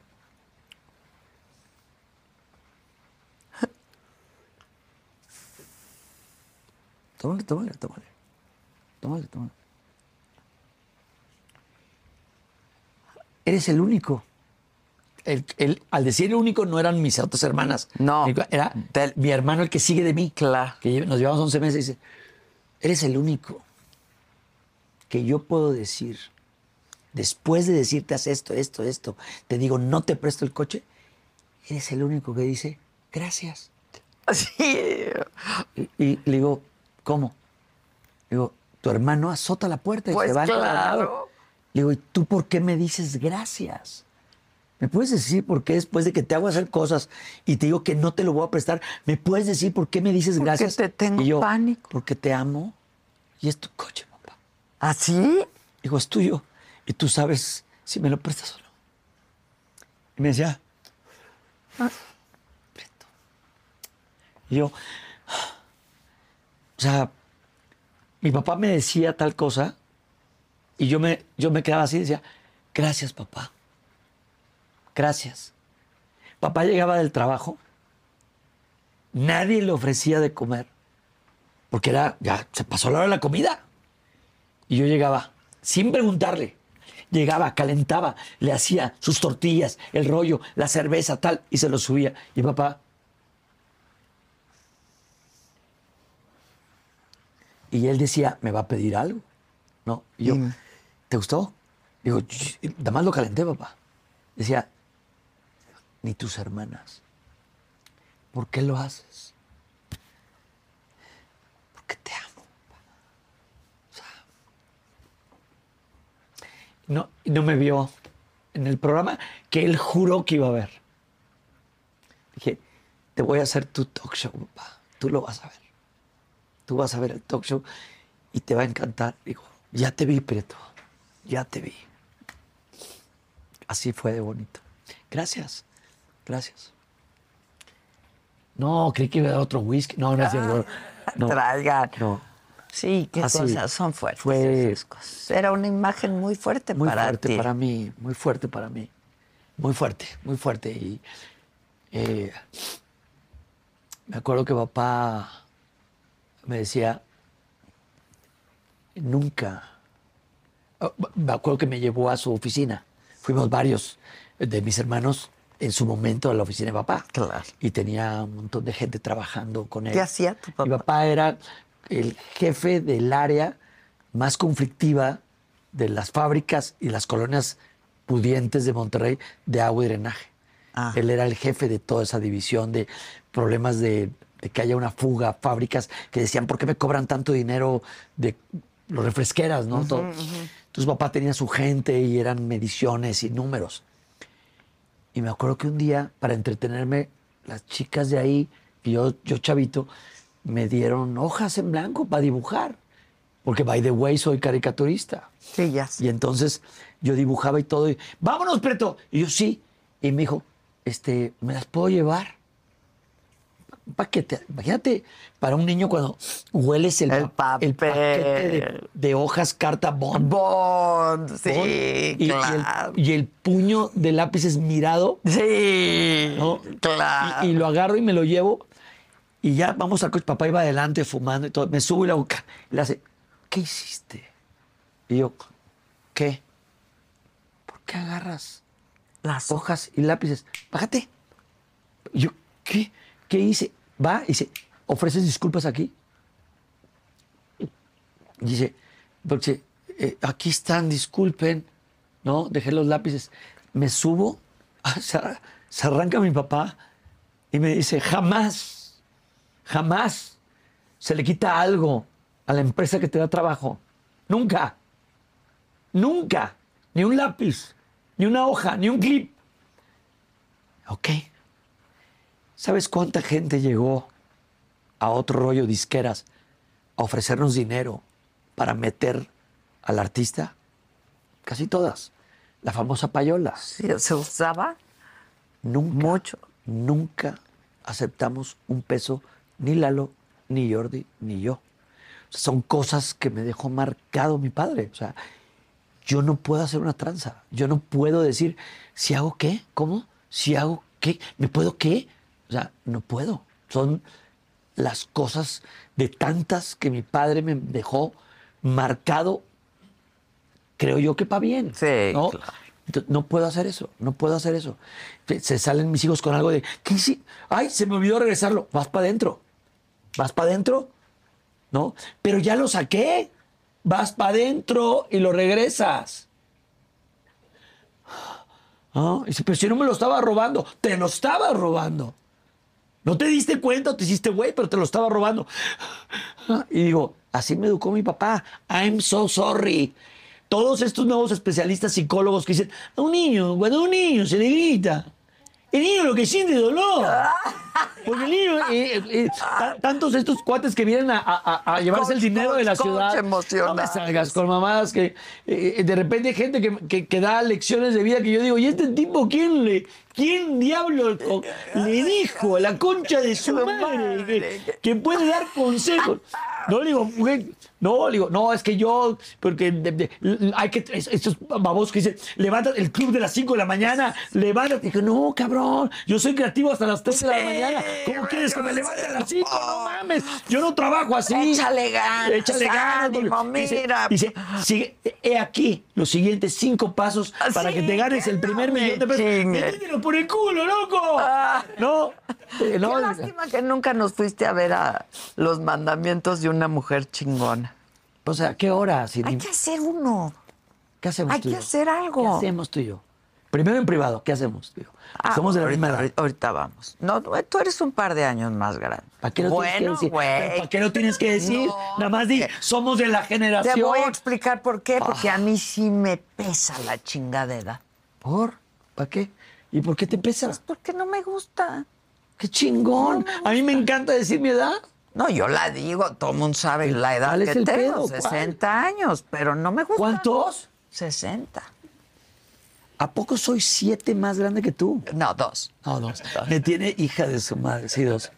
C: Tómale, tómale, tómale. Tómale, tómale. Eres el único. El- el- al decir el único no eran mis otras hermanas.
B: No.
C: Era
B: Del-
C: mi hermano el que sigue de mí.
B: Claro.
C: Que lle- nos llevamos 11 meses y dice, eres el único que yo puedo decir, después de decirte haz esto, esto, esto, te digo, no te presto el coche, eres el único que dice, gracias.
B: Sí.
C: Y, y le digo, ¿cómo? Le digo, tu hermano azota la puerta y
B: Pues
C: se va
B: claro.
C: encadenado". Le digo, ¿y tú por qué me dices gracias? ¿Me puedes decir por qué después de que te hago hacer cosas y te digo que no te lo voy a prestar, me puedes decir por qué me dices
B: Porque
C: gracias?
B: te tengo
C: Y yo,
B: pánico.
C: Porque te amo y es tu coche, papá.
B: ¿Así?
C: Digo, es tuyo y tú sabes si me lo prestas o no. Y me decía, "Prieto". Y yo, o sea, mi papá me decía tal cosa y yo me, yo me quedaba así y decía, gracias papá, gracias. Papá llegaba del trabajo, nadie le ofrecía de comer, porque era, ya se pasó la hora de la comida. Y yo llegaba sin preguntarle. llegaba, calentaba, le hacía sus tortillas, el rollo, la cerveza, tal, y se lo subía. Y papá. Y él decía, me va a pedir algo. No, y yo, ¿te gustó? Digo, "Ch- nada más lo calenté, papá. Decía, ni tus hermanas. ¿Por qué lo haces? Porque te amo. papá. O sea, no, no me vio en el programa que él juró que iba a ver. Dije, te voy a hacer tu talk show, papá. Tú lo vas a ver. Tú vas a ver el talk show y te va a encantar. Digo, ya te vi, Prieto. Ya te vi. Así fue de bonito. Gracias. Gracias. No, creí que iba a dar otro whisky. No, no es cierto. No,
B: Traigan.
C: no.
B: Sí, qué
C: Así.
B: cosas, son fuertes
C: Fue-
B: esas cosas. Era una imagen muy fuerte
C: muy
B: para
C: fuerte
B: ti.
C: para mí, muy fuerte para mí, muy fuerte, muy fuerte. Y eh, me acuerdo que papá me decía, nunca, Ah, me acuerdo que me llevó a su oficina, fuimos varios de mis hermanos en su momento a la oficina de papá.
B: Claro.
C: Y tenía un montón de gente trabajando con él.
B: ¿Qué hacía tu papá?
C: Mi papá era el jefe del área más conflictiva de las fábricas y las colonias pudientes de Monterrey de agua y drenaje.
B: Ah.
C: Él era el jefe de toda esa división de problemas de, de que haya una fuga, fábricas que decían, ¿por qué me cobran tanto dinero de los refresqueras? ¿no? Todo. Entonces papá tenía su gente y eran mediciones y números. Y me acuerdo que un día, para entretenerme, las chicas de ahí, y yo, yo chavito, me dieron hojas en blanco para dibujar. Porque, by the way, soy caricaturista.
B: Sí, ya sé.
C: Y entonces yo dibujaba y todo. Y, ¡Vámonos, Preto! Y yo, sí. Y me dijo, este, ¿me las puedo llevar? Pa- paquete. Imagínate, para un niño cuando hueles el,
B: El
C: pa-
B: papel.
C: el paquete de, de hojas carta bond.
B: Bond, sí,
C: Bond, y- y el-
B: claro.
C: y el puño de lápices mirado
B: sí,
C: ¿no?
B: claro.
C: Y, y lo agarro y me lo llevo. Y ya vamos al coche. Papá iba adelante fumando y todo. Me subo y la boca. Y le hace, ¿qué hiciste? Y yo, ¿qué? ¿Por qué agarras
B: Las hojas.
C: hojas y lápices? Bájate. Y yo, ¿qué? ¿Qué hice? Va y dice, ¿ofreces disculpas aquí? Y dice, porque eh, aquí están, disculpen, ¿no? Dejé los lápices. Me subo, se, arra- se arranca mi papá y me dice, jamás, jamás se le quita algo a la empresa que te da trabajo. Nunca, nunca, ni un lápiz, ni una hoja, ni un clip. Ok. ¿Sabes cuánta gente llegó a otro rollo disqueras a ofrecernos dinero para meter al artista? Casi todas. La famosa payola.
B: Sí, se usaba
C: Nunca,
B: mucho.
C: nunca aceptamos un peso, ni Lalo, ni Jordi, ni yo. O sea, son cosas que me dejó marcado mi padre. O sea, yo no puedo hacer una tranza. Yo no puedo decir, si hago qué, ¿cómo? Si hago qué, ¿me puedo qué? O sea, no puedo. Son las cosas de tantas que mi padre me dejó marcado, creo yo que para bien.
B: Sí,
C: ¿no?
B: claro.
C: Ento- No puedo hacer eso, no puedo hacer eso. Se- Se salen mis hijos con algo de, ¿qué hice? Ay, se me olvidó regresarlo. Vas para adentro. Vas para adentro, ¿no? Pero ya lo saqué. Vas para adentro y lo regresas. ¿No? Y dice, pero si no me lo estaba robando, te lo estaba robando. No te diste cuenta o te hiciste güey, pero te lo estaba robando. Y digo, así me educó mi papá. I'm so sorry. Todos estos nuevos especialistas psicólogos que dicen, a un niño, cuando a un niño se le grita, el niño lo que siente es dolor. Porque el niño, eh, eh, eh, ta- tantos estos cuates que vienen a, a- a- a llevarse el
B: Coach,
C: dinero de la
B: coach, coach
C: ciudad. No me
B: emocional.
C: salgas con mamadas que eh, de repente hay gente que, que- que da lecciones de vida que yo digo, ¿y este tipo quién le, quién diablo co- le dijo a la concha de su madre que, que puede dar consejos? No le digo, mujer, No, le digo, no, es que yo, porque de- de- hay que, es- estos babosos que dicen, levantas el club de las 5 de la mañana, levantas. Digo, no, cabrón, yo soy creativo hasta las 3 de la mañana.
B: Eh,
C: ¿Cómo quieres que
B: pues,
C: me levante a las 5? No mames, yo no trabajo así.
B: Échale ganas,
C: Échale ganas.
B: ánimo,
C: porque- dice-
B: mira.
C: Dice, sigue, he aquí los siguientes cinco pasos
B: Ah,
C: para
B: sí,
C: que te ganes el primer
B: no me
C: millón de pesos.
B: chingues.
C: Métetelo por el culo, loco!
B: Ah.
C: No, eh, no.
B: Qué lástima que nunca nos fuiste a ver a los mandamientos de una mujer chingona.
C: O sea, ¿qué hora? Si-
B: Hay que hacer uno.
C: ¿Qué hacemos
B: Hay
C: tú y
B: que
C: yo?
B: hacer algo.
C: ¿Qué hacemos tú y yo? Primero en privado, ¿qué hacemos tú y yo?
B: Ah,
C: Somos de la
B: ahorita,
C: misma edad.
B: ahorita- ahorita vamos. No, tú tú eres un par de años más grande.
C: ¿Para qué lo
B: bueno,
C: tienes que decir?
B: güey.
C: ¿Para qué lo tienes que decir?
B: No,
C: Nada más di,
B: porque-
C: somos de la generación.
B: Te voy a explicar por qué, porque
C: Ah.
B: a mí sí me pesa la chingadera.
C: ¿Por? ¿Para qué? ¿Y por qué te pesas?
B: Porque no me gusta.
C: ¡Qué chingón! A mí me encanta decir mi edad.
B: No, yo la digo, todo el mundo sabe la edad
C: ¿Cuál es
B: que
C: el
B: tengo,
C: pedo? ¿Cuál?
B: 60 años, pero no me gusta.
C: ¿Cuántos?
B: 60.
C: ¿A poco soy siete más grande que tú?
B: No, dos.
C: No, dos. Me tiene hija de su madre, sí, dos.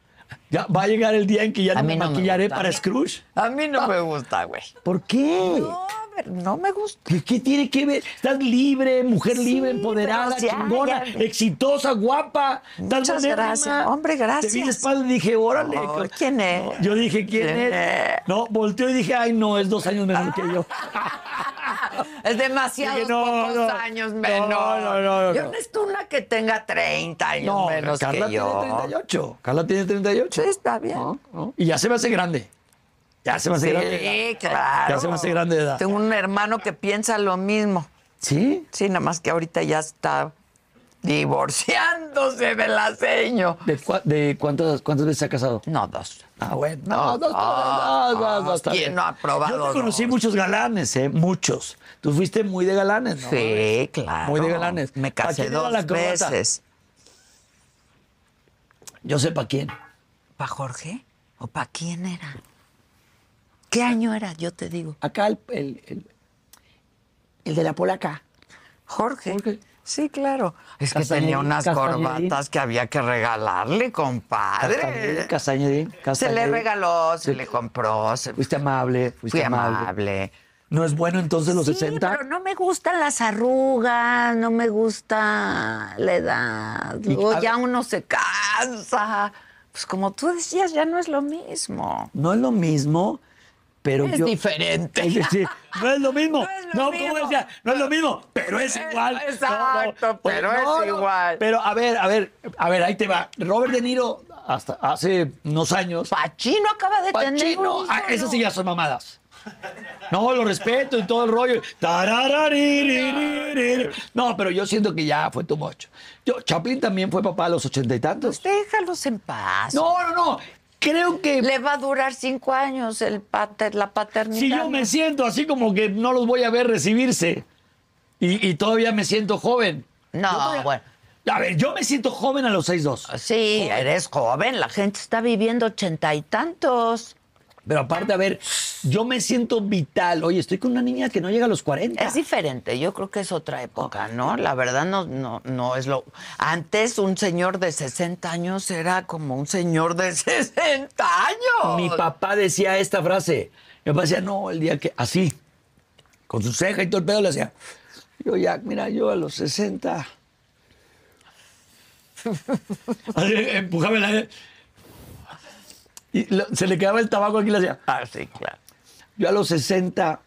C: Ya va a llegar el día en que ya
B: A
C: no me
B: mí no me
C: maquillaré
B: gusta.
C: para Scrooge.
B: A mí
C: Ah.
B: no me gusta, güey.
C: ¿Por qué?
B: No, a ver, no me gusta.
C: ¿Qué, qué tiene que ver? Estás libre, mujer
B: Sí,
C: libre, empoderada,
B: pero ya,
C: chingona,
B: ya.
C: exitosa, guapa. estás
B: Muchas
C: buena,
B: gracias.
C: mamá.
B: Hombre, gracias.
C: Te vi de espalda y dije, órale.
B: Ay,
C: con-
B: ¿quién es?
C: No, Yo dije, ¿quién,
B: ¿Quién
C: es?
B: es?
C: No, volteó y dije, ay, no, es dos años menor que yo.
B: Es demasiado
C: Dije, no,
B: pocos
C: no.
B: años
C: No,
B: menos.
C: no, no, no,
B: Yo
C: no.
B: necesito una que tenga 30 años
C: No,
B: menos
C: Oh, Carla
B: que yo.
C: tiene 38. Carla tiene 38.
B: Sí, está bien.
C: ¿no? Y ya se me hace grande. Ya se me hace
B: Sí,
C: grande. de edad.
B: claro.
C: Ya se me hace grande de edad.
B: Tengo un hermano que piensa lo mismo.
C: ¿Sí?
B: Sí, nada más que ahorita ya está divorciándose de la seño.
C: ¿De, cua- de cuántas, cuántas veces se ha casado?
B: No, dos.
C: Ah, bueno. No, dos,
B: Ah,
C: dos, dos, dos, está
B: ¿quién
C: bien.
B: no ha probado
C: Yo te conocí
B: dos?
C: muchos galanes, ¿eh? Muchos. Tú fuiste muy de galanes, ¿no?
B: sí, claro.
C: Muy de galanes.
B: Me
C: ¿Para
B: casé
C: quién era
B: dos
C: la corbata?
B: veces.
C: Yo sé para quién.
B: ¿Para Jorge? ¿O para quién era? ¿Qué año era? Yo te digo.
C: Acá el, el, el, el de la polaca.
B: Jorge.
C: Jorge.
B: Sí, claro. Es que
C: Castañedín,
B: tenía unas
C: Castañedín.
B: corbatas que había que regalarle, compadre. eh,
C: Castañedín, Castañedín,
B: Se le
C: Castañedín.
B: regaló, se le compró, se
C: Fuiste amable, fuiste
B: fui
C: amable.
B: amable.
C: ¿No es bueno entonces los
B: Sí,
C: 60?
B: pero no me gustan las arrugas, no me gusta la edad.
C: Y-
B: Luego
C: a-
B: ya uno se cansa. Pues como tú decías, ya no es lo mismo.
C: No es lo mismo, pero
B: Es
C: yo...
B: diferente.
C: Es decir, no es lo mismo.
B: No
C: No,
B: es lo mismo.
C: como decía, no es lo mismo, pero es
B: Eh,
C: igual.
B: exacto,
C: No, no,
B: pero es igual.
C: Pero a ver, a ver, a ver, ahí te va. Robert De Niro, hasta hace unos años.
B: Pachino acaba de tener.
C: Pachino,
B: un
C: ah,
B: hijo,
C: esas
B: ¿no?
C: sí ya son mamadas. No, lo respeto y todo el rollo. Tararaririririri. No, pero yo siento que ya fue tu mocho. Yo, Chaplin también fue papá a los ochenta y tantos.
B: Pues déjalos en paz.
C: No, no, no. Creo que
B: Le va a durar cinco años el pater- la paternidad.
C: Si yo me siento así como que no los voy a ver recibirse y, y todavía me siento joven.
B: No,
C: Yo todavía-
B: bueno.
C: A ver, yo me siento joven a los 6'2.
B: Sí, eres joven, la gente está viviendo ochenta y tantos.
C: Pero aparte, a ver, yo me siento vital. Oye, estoy con una niña que no llega a los 40.
B: Es diferente, yo creo que es otra época, ¿no? La verdad no, no, no es lo... Antes un señor de 60 años era como un señor de 60 años.
C: Mi papá decía esta frase. Mi papá decía, no, el día que... Así, con su ceja y todo el pedo le decía. Yo ya, mira, yo a los 60... Así, empujaba la... Y lo- se le quedaba el tabaco aquí y le hacía...
B: Ah, sí, claro.
C: Yo a los 60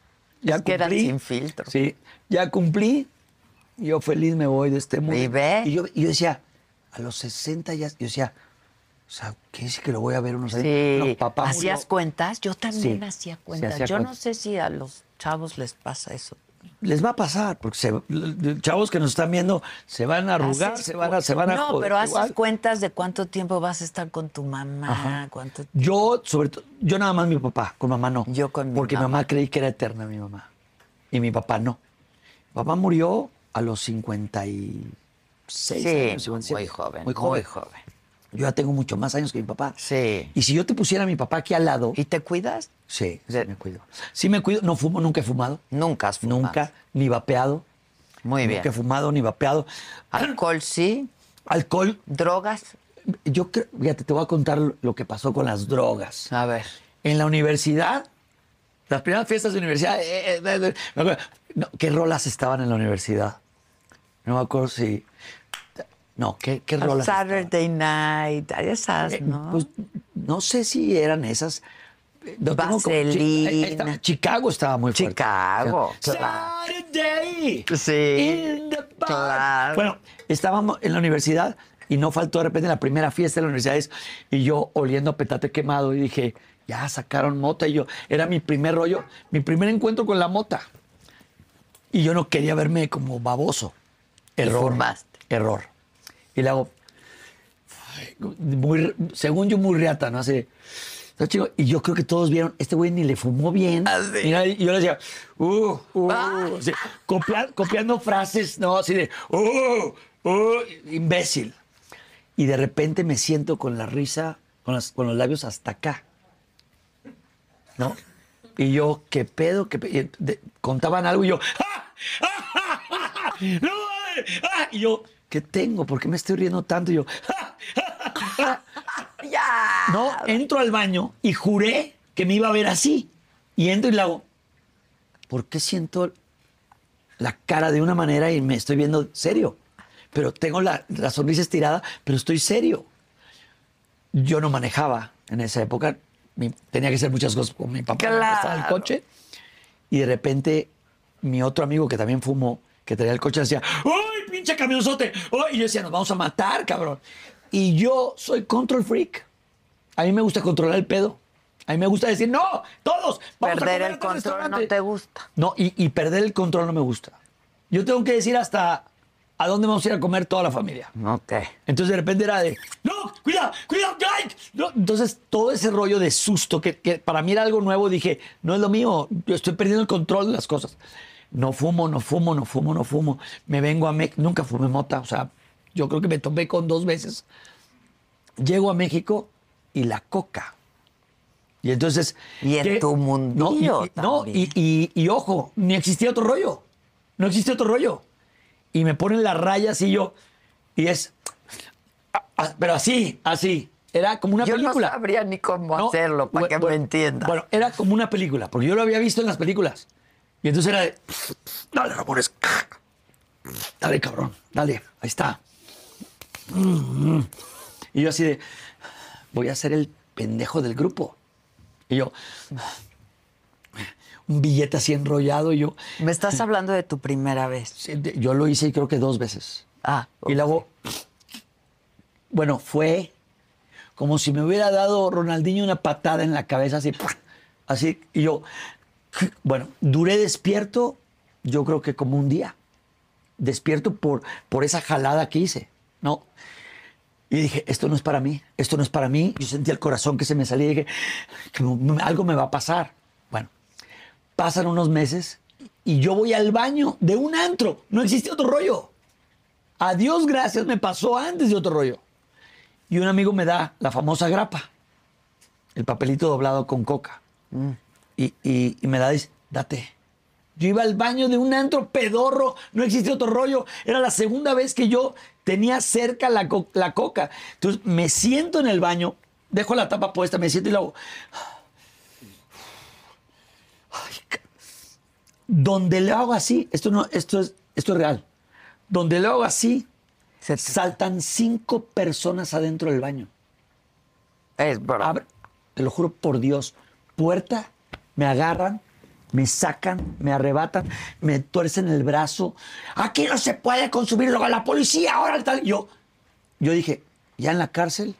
C: ya
B: Es
C: cumplí.
B: que eran sin filtro.
C: Sí, ya cumplí. y Yo feliz me voy de este mundo.
B: Y ve.
C: Y yo, y yo decía, a los 60 ya, yo decía, o sea, ¿qué dice que lo voy a ver unos años?
B: Sí.
C: No, papá
B: ¿Hacías
C: murió.
B: cuentas? Yo también
C: Sí,
B: hacía
C: sí,
B: cuentas.
C: hacía
B: yo no
C: cuentas.
B: sé si a los chavos les pasa eso.
C: Les va a pasar, porque se- los chavos que nos están viendo se van a arrugar,
B: Haces
C: se van a, se van a
B: No,
C: joder
B: pero haces
C: igual.
B: cuentas de cuánto tiempo vas a estar con tu mamá, cuánto
C: Yo, sobre todo, yo nada más mi papá, con mamá no.
B: Yo con mi
C: Porque mi
B: mamá.
C: mamá creí que era eterna mi mamá. Y mi papá no. Mi papá murió a los 56 años, 57.
B: muy joven,
C: Muy joven.
B: muy joven.
C: Yo ya tengo mucho más años que mi papá.
B: Sí.
C: Y si yo te pusiera a mi papá aquí al lado.
B: ¿Y te cuidas?
C: Sí, sí
B: De-
C: me cuido. Sí me cuido. No fumo, nunca he fumado.
B: Nunca has fumado.
C: Nunca, ni vapeado.
B: Muy bien.
C: Nunca he fumado, ni vapeado.
B: Alcohol sí,
C: Alcohol.
B: drogas.
C: Yo creo, fíjate, te voy a contar lo que pasó con las drogas.
B: A ver.
C: En la universidad, Las primeras fiestas de universidad. eh, eh, eh, me acuerdo. No, ¿Qué rolas estaban en la universidad? No me acuerdo si. No, ¿qué, qué rolas?
B: Saturday night, esas, ¿no?
C: Pues no sé si eran esas. eh, No tengo como-
B: Vaselina.
C: Chi- eh, estaba- Chicago estaba muy fuerte.
B: Chicago,
C: O sea,
B: claro.
C: Saturday.
B: Sí,
C: in the park.
B: claro.
C: Bueno, estábamos en la universidad y no faltó de repente en la primera fiesta de la universidad es- y yo oliendo a petate quemado y dije, ya sacaron mota y yo, era mi primer rollo, mi primer encuentro con la mota. Y yo no quería verme como baboso. Error.
B: fumaste.
C: Error. Y le hago, muy, según yo, muy reata, ¿no? Así, de, "Está chido". Y yo creo que todos vieron, este güey ni le fumó bien. Mira, y yo le decía, uh, uh, así, copia- copiando frases, ¿no? Así de, uh, uh, imbécil. Y de repente me siento con la risa, con, las- con los labios hasta acá. ¿No? Y yo, ¿qué pedo? ¿Qué pe-?" Y de- contaban algo y yo, ¡ah! ¡Ah! ¡Ah! ¡Ah! ¡No! ¡Ah! Y yo, ¿qué tengo? ¿Por qué me estoy riendo tanto? Y yo, ¡ah!
B: Ya.
C: No, entro al baño y juré que me iba a ver así. Y entro y le hago, ¿por qué siento la cara de una manera y me estoy viendo serio? Pero tengo la, la sonrisa estirada, pero estoy serio. Yo no manejaba en esa época. Mi- tenía que hacer muchas cosas con mi papá. me prestaba el
B: Claro.
C: coche. Y de repente, mi otro amigo que también fumó, que traía el coche, decía, ¡ay, pinche camionzote! ¡Ay! Y yo decía, nos vamos a matar, cabrón. Y yo soy control freak. A mí me gusta controlar el pedo. A mí me gusta decir, no, todos,
B: Perder
C: vamos a comer
B: el
C: a tal
B: control no
C: restaurante".
B: te gusta.
C: No, y, y perder el control no me gusta. Yo tengo que decir hasta a dónde vamos a ir a comer toda la familia.
B: Ok.
C: Entonces de repente era de, no, cuida, cuida, ay, no". Entonces todo ese rollo de susto que, que para mí era algo nuevo, dije, no es lo mío, yo estoy perdiendo el control de las cosas. No fumo, no fumo, no fumo, no fumo. Me vengo a México, nunca fumé mota, o sea, yo creo que me tomé con dos veces. Llego a México y la coca. Y entonces...
B: Y en tu mundillo
C: No, y- no, y, y- y ojo, ni existía otro rollo. No existía otro rollo. Y me ponen las rayas y yo... Y es... Ah, ah, Pero así, así. Era como una
B: Yo
C: película.
B: no sabría ni cómo
C: No,
B: hacerlo para
C: bu-
B: que
C: bueno,
B: me entienda.
C: Bueno, era como una película, porque yo lo había visto en las películas. Y entonces era de. Dale, Ramones. Dale, cabrón. Dale, ahí está. Y yo así de. Voy a ser el pendejo del grupo. Y yo. Un billete así enrollado. Y yo.
B: me estás hablando de tu primera vez.
C: sí, de- Yo lo hice creo que dos veces.
B: Ah,
C: Y luego, bueno, fue como si me hubiera dado Ronaldinho una patada en la cabeza, así, ¡pua! así, y yo, bueno, duré despierto, yo creo que como un día, despierto por, por esa jalada que hice, ¿no? Y dije, esto no es para mí, esto no es para mí. Yo sentí el corazón que se me salía y dije, que me- algo me va a pasar. Bueno, pasan unos meses y yo voy al baño de un antro, no existe otro rollo. A Dios gracias me pasó antes de otro rollo. Y un amigo me da la famosa grapa, el papelito doblado con coca. Y, y- y me da, dice, date. Yo iba al baño de un antro pedorro, no existía otro rollo. Era la segunda vez que yo tenía cerca la, co- la coca. Entonces me siento en el baño, dejo la tapa puesta, me siento y luego... Donde le hago así, esto, no, esto, es, esto es real. Donde le hago así,
B: Se te-
C: saltan cinco personas adentro del baño.
B: es broma.
C: Abre- te lo juro por Dios, puerta, me agarran, me sacan, me arrebatan, me tuercen el brazo. Aquí no se puede consumir droga, la policía ahora tal. Yo, yo dije, ya en la cárcel,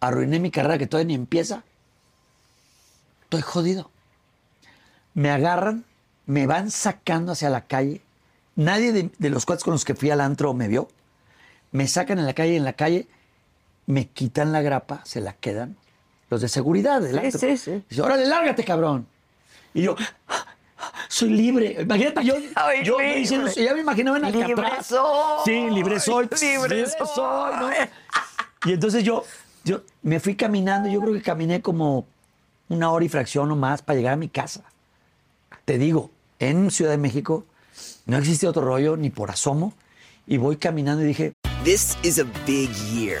C: arruiné mi carrera que todavía ni empieza. Estoy jodido. Me agarran, me van sacando hacia la calle. Nadie de, de los cuates con los que fui al antro me vio. Me sacan en la calle, en la calle, me quitan la grapa, se la quedan los de seguridad del antro.
B: sí, sí.
C: Dice, órale, lárgate, cabrón. Y yo, "Ah, ah, soy libre. Imagínate, yo,
B: Soy
C: yo
B: libre.
C: diciendo, ya me imaginaba en
B: Libre
C: Alcatraz.
B: soy.
C: Sí, libre soy.
B: Libre
C: soy. ¿no? Y entonces yo, yo me fui caminando, yo creo que caminé como una hora y fracción o más para llegar a mi casa. Te digo, en Ciudad de México no existe otro rollo ni por asomo. Y voy caminando y dije,
G: This is a big year.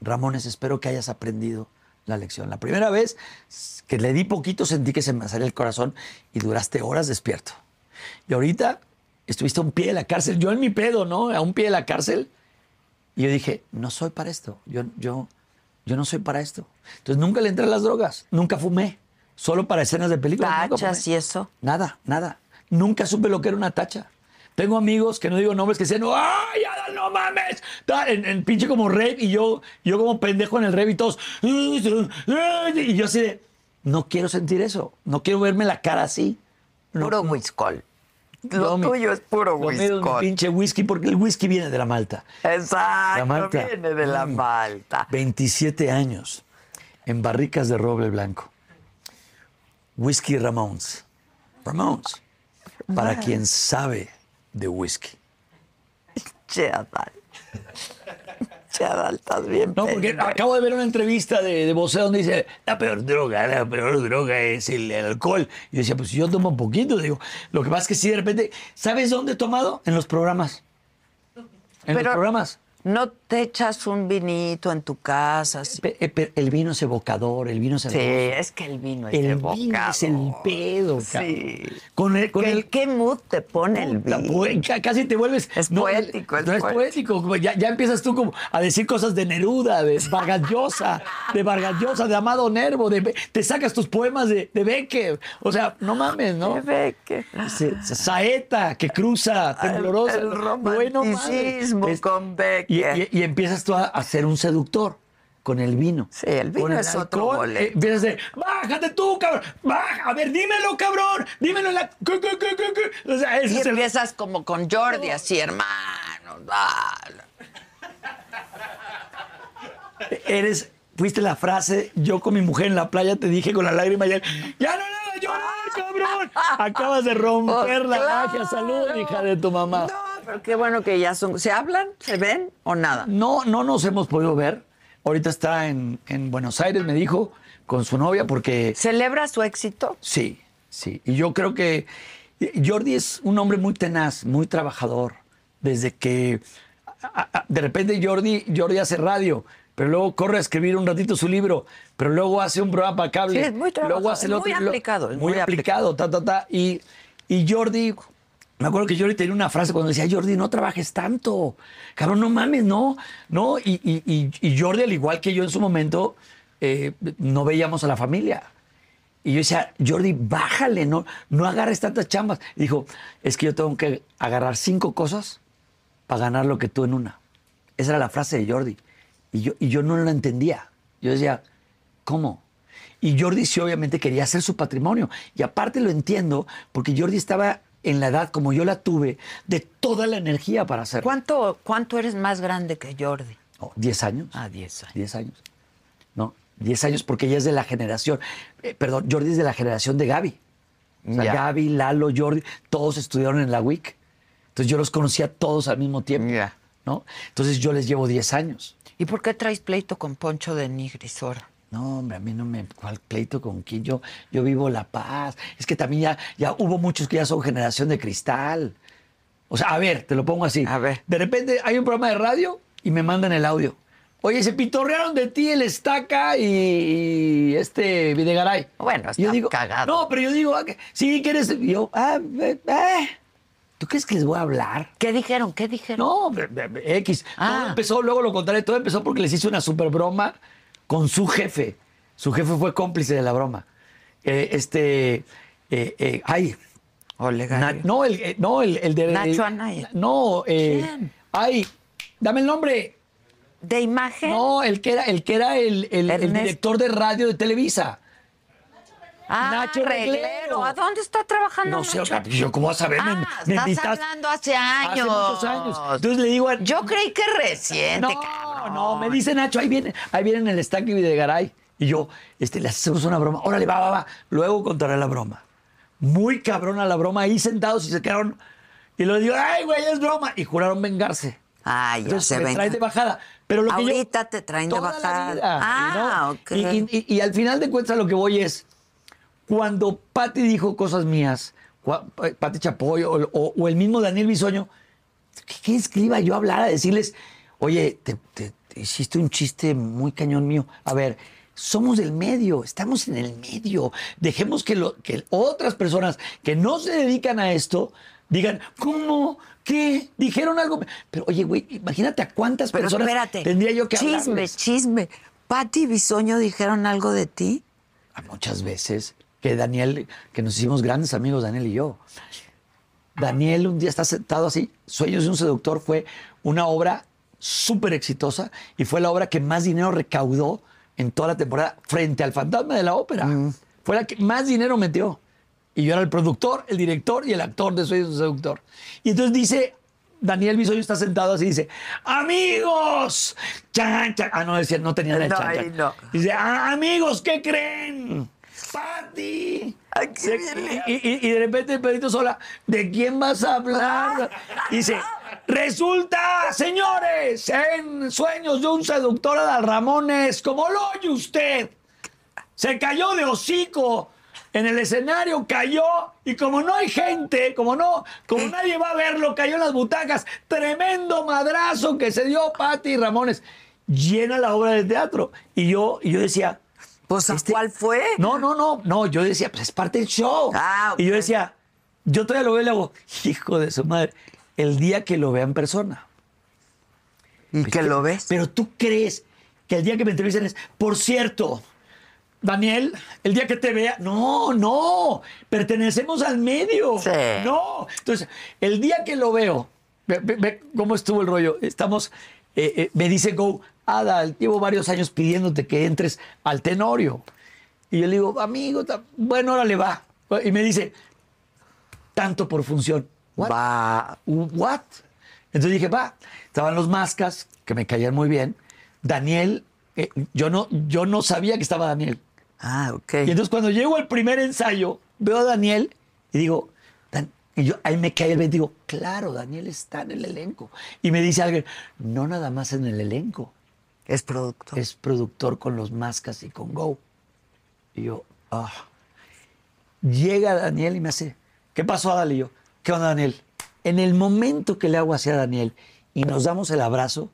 C: Ramones, espero que hayas aprendido la lección. La primera vez que le di poquito sentí que se me salía el corazón y duraste horas despierto. Y ahorita estuviste a un pie de la cárcel, yo en mi pedo, ¿no? A un pie de la cárcel. Y yo dije, no soy para esto, yo, yo, yo no soy para esto. Entonces nunca le entré a las drogas, nunca fumé, solo para escenas de películas. nunca
B: Tachas
C: fumé.
B: y eso.
C: Nada, nada. Nunca supe lo que era una tacha. Tengo amigos que no digo nombres que decían, ¡ay, Adal, no mames! Ta- En, en pinche como rave y yo, yo como pendejo en el rave y todos. Y yo así de, no quiero sentir eso. No quiero verme la cara así. No,
B: Puro
C: no.
B: whiskol. Lo
C: Yo me-
B: tuyo es puro
C: Lo mío es mi
B: whiskol.
C: pinche whisky porque el whisky viene de la malta. La
B: Exacto,
C: malta.
B: viene de la
C: Mm.
B: malta.
C: 27 años en barricas de roble blanco. Whisky Ramones. Ramones. Para quien sabe de whisky.
B: Che, Adal. Che, Adal, estás bien.
C: No, porque
B: pendejo.
C: acabo de ver una entrevista de, de Bocé donde dice, la peor droga, la peor droga es el, el alcohol. Y yo decía, pues yo tomo un poquito, digo, lo que pasa es que sí de repente, ¿sabes dónde he tomado? En los programas. En
B: Pero-
C: los programas.
B: No te echas un vinito en tu casa. Sí,
C: Pe- eh, pe- El vino es evocador, el vino es
B: Sí,
C: hermoso.
B: es que el vino es
C: El
B: evocado.
C: vino es el pedo, cabrón.
B: Sí.
C: Con el, con
B: ¿Qué,
C: el,
B: qué mood te pone el
C: Puta,
B: vino?
C: poe- ca- casi te vuelves.
B: Es poético, es
C: no es
B: poético.
C: poético. Ya, ya empiezas tú como a decir cosas de Neruda, de Vargas Llosa, de Vargas Llosa, de Amado Nervo, de, te sacas tus poemas de, de Becker. O sea, no mames, ¿no?
B: Ve que-
C: Se- se- Saeta, que cruza, temblorosa.
B: el
C: Bueno, madre. Pues,
B: romanticismo con Becker.
C: Y, y- y empiezas tú a, a ser un seductor con el vino.
B: Sí, el vino
C: Con
B: es otro boleto.
C: eh, empiezas de, bájate tú, cabrón. Baja, a ver, dímelo, cabrón. Dímelo. en La... cu, cu, cu, cu, cu". O sea, ese
B: Y
C: es el-
B: empiezas como con Jordi, así, hermano. dale.
C: Eres, fuiste la frase, yo con mi mujer en la playa te dije con la lágrima ya, ya no la llorar, cabrón. Acabas de romper la
B: Claro.
C: magia, salud, hija de tu mamá.
B: No, pero qué bueno que ya son. ¿Se hablan? ¿Se ven? ¿O nada?
C: No, no nos hemos podido ver. Ahorita está en, en Buenos Aires, me dijo, con su novia, porque
B: ¿Celebra su éxito?
C: sí, sí. Y yo creo que eh, Jordi es un hombre muy tenaz, muy trabajador. Desde que a- a- de repente Jordi, Jordi hace radio, pero luego corre a escribir un ratito su libro, pero luego hace un programa para cable.
B: Sí, es muy trabajador,
C: luego hace el
B: es
C: otro
B: muy
C: y lo-
B: aplicado, es
C: muy,
B: muy
C: aplicado, ta, ta, ta. Y, y Jordi, me acuerdo que Jordi tenía una frase cuando decía, Jordi, no trabajes tanto. Cabrón, no mames, no. no y, y- y- y Jordi, al igual que yo en su momento, eh, no veíamos a la familia. Y yo decía, Jordi, bájale, no, no agarres tantas chambas. Y dijo, es que yo tengo que agarrar cinco cosas para ganar lo que tú en una. Esa era la frase de Jordi. Y yo, y yo no la entendía. Yo decía, ¿cómo? Y Jordi sí obviamente quería hacer su patrimonio. Y aparte lo entiendo porque Jordi estaba en la edad como yo la tuve, de toda la energía para hacerlo.
B: ¿Cuánto, cuánto eres más grande que Jordi?
C: No, 10 años.
B: Ah, 10 años.
C: 10 años. No, 10 años porque ella es de la generación, eh, perdón, Jordi es de la generación de Gaby. O sea,
B: Ya.
C: Gaby, Lalo, Jordi, todos estudiaron en la WIC. Entonces yo los conocía todos al mismo tiempo.
B: Ya.
C: ¿no? Entonces yo les llevo 10 años.
B: ¿Y por qué traes pleito con Poncho de Nigris ahora?
C: No, hombre, a mí no me. ¿Cuál pleito con quién? Yo, yo vivo la paz. Es que también ya, ya hubo muchos que ya son generación de cristal. O sea, a ver, te lo pongo así.
B: A ver.
C: De repente hay un programa de radio y me mandan el audio. Oye, se pitorrearon de ti el estaca y, y este Videgaray.
B: Bueno,
C: Y yo
B: está
C: digo,
B: cagado.
C: No, pero yo digo, ah, que- sí, que eres. y yo, ah, eh, eh. ¿Tú crees que les voy a hablar?
B: ¿Qué dijeron? ¿Qué dijeron?
C: No, be- be- be- X.
B: Ah.
C: Todo empezó, luego lo contaré, todo empezó porque les hice una super broma con su jefe. Su jefe fue cómplice de la broma. Eh, este. eh, eh, ay. Na-
B: Olegario.
C: no, el, eh, no, el, el de.
B: Nacho
C: el-
B: Anaya.
C: No, eh,
B: ¿Quién?
C: Ay, dame el nombre.
B: ¿De imagen?
C: No, el que era, el que era el, el- el
B: Ernesto.
C: director de radio de Televisa.
B: ah,
C: Nacho
B: Reglero.
C: Reglero.
B: ¿A dónde está trabajando
C: No sé,
B: Nacho?
C: o sea, yo cómo vas a ver, me,
B: Ah,
C: me
B: estás
C: invitas-
B: hablando hace años.
C: Hace muchos años. Entonces le digo a,
B: Yo creí que reciente, cabrón.
C: no, me dice Nacho, ahí viene, ahí viene el stack de Garay. Y yo, este, le hacemos una broma. Órale, va, va, va. Luego contaré la broma. Muy cabrona la broma, ahí sentados y se quedaron. Y lo digo, ay, güey, es broma. Y juraron vengarse.
B: Ay, ya
C: Entonces
B: se
C: me
B: ven.
C: traen de bajada. Pero lo que yo-
B: Ahorita te traen de
C: Toda la
B: bajada.
C: vida,
B: Ah, ok.
C: Y, y- y al final de cuentas lo que voy es, cuando Patti dijo cosas mías, cua- eh, Patti Chapoy o, o- o el mismo Daniel Bisoño, ¿qué, qué es que iba yo a hablar a decirles? Oye, te, te- te hiciste un chiste muy cañón mío. A ver, somos del medio, estamos en el medio. Dejemos que, lo- que otras personas que no se dedican a esto digan, ¿cómo? ¿Qué? ¿Dijeron algo? Pero oye, güey, imagínate a cuántas
B: Pero
C: personas
B: espérate.
C: tendría yo que
B: Chisme,
C: hablarles.
B: chisme. ¿Pati y Bisoño dijeron algo de ti?
C: a muchas veces que Daniel, que nos hicimos grandes amigos, Daniel y yo. Daniel un día está sentado así, Sueños de un seductor fue una obra súper exitosa y fue la obra que más dinero recaudó en toda la temporada frente al fantasma de la ópera.
B: Mm.
C: Fue la que más dinero metió. Y yo era el productor, el director y el actor de Sueños de un seductor. Y entonces dice, Daniel Bisoño está sentado así y dice, amigos, chan, chan. Ah, no, decía, no tenía la
B: No,
C: chan, chan.
B: ahí no.
C: Dice, "Ah, amigos, ¿qué creen? ¡Pati!
B: Ay, qué
C: Se-
B: bien.
C: y, y- y de repente Pedrito Sola, ¿de quién vas a hablar? Dice, resulta, señores, en sueños de un seductor a Ramones, como lo oye usted, se cayó de hocico. En el escenario cayó y como no hay gente, como no, como nadie va a verlo, cayó en las butacas. Tremendo madrazo que se dio Pati Ramones. Llena la obra de teatro. Y yo, y yo decía,
B: Pues, ¿a
C: Este-
B: ¿cuál fue?
C: no, no, no, no. Yo decía, pues es parte del show.
B: Ah, ok.
C: Y yo decía, yo todavía lo veo y le hago, hijo de su madre, el día que lo vea en persona.
B: ¿Y que lo ves?
C: Pero tú crees que el día que me entrevisten es, por cierto, Daniel, el día que te vea, no, no, pertenecemos al medio.
B: Sí.
C: No. Entonces, el día que lo veo, ve, ve- ve cómo estuvo el rollo. Estamos, eh, eh, me dice Go, Ada, llevo varios años pidiéndote que entres al Tenorio. Y yo le digo, amigo, ta- bueno, ahora le va. Y me dice, tanto por función. What? "Uh,
B: Va.
C: ¿What? Entonces dije, va. Estaban los mascas, que me caían muy bien. Daniel, eh, yo, no, yo no sabía que estaba Daniel.
B: Ah, ok.
C: Y entonces cuando llego al primer ensayo, veo a Daniel y digo, Dan- y yo, ahí me cae el 20 y digo, claro, Daniel está en el elenco. Y me dice alguien, no nada más en el elenco,
B: es productor.
C: es productor con los mascas y con Go. Y yo, ah. Llega Daniel y me hace, ¿qué pasó a Daniel? Y yo, ¿qué onda, Daniel? En el momento que le hago así a Daniel y nos damos el abrazo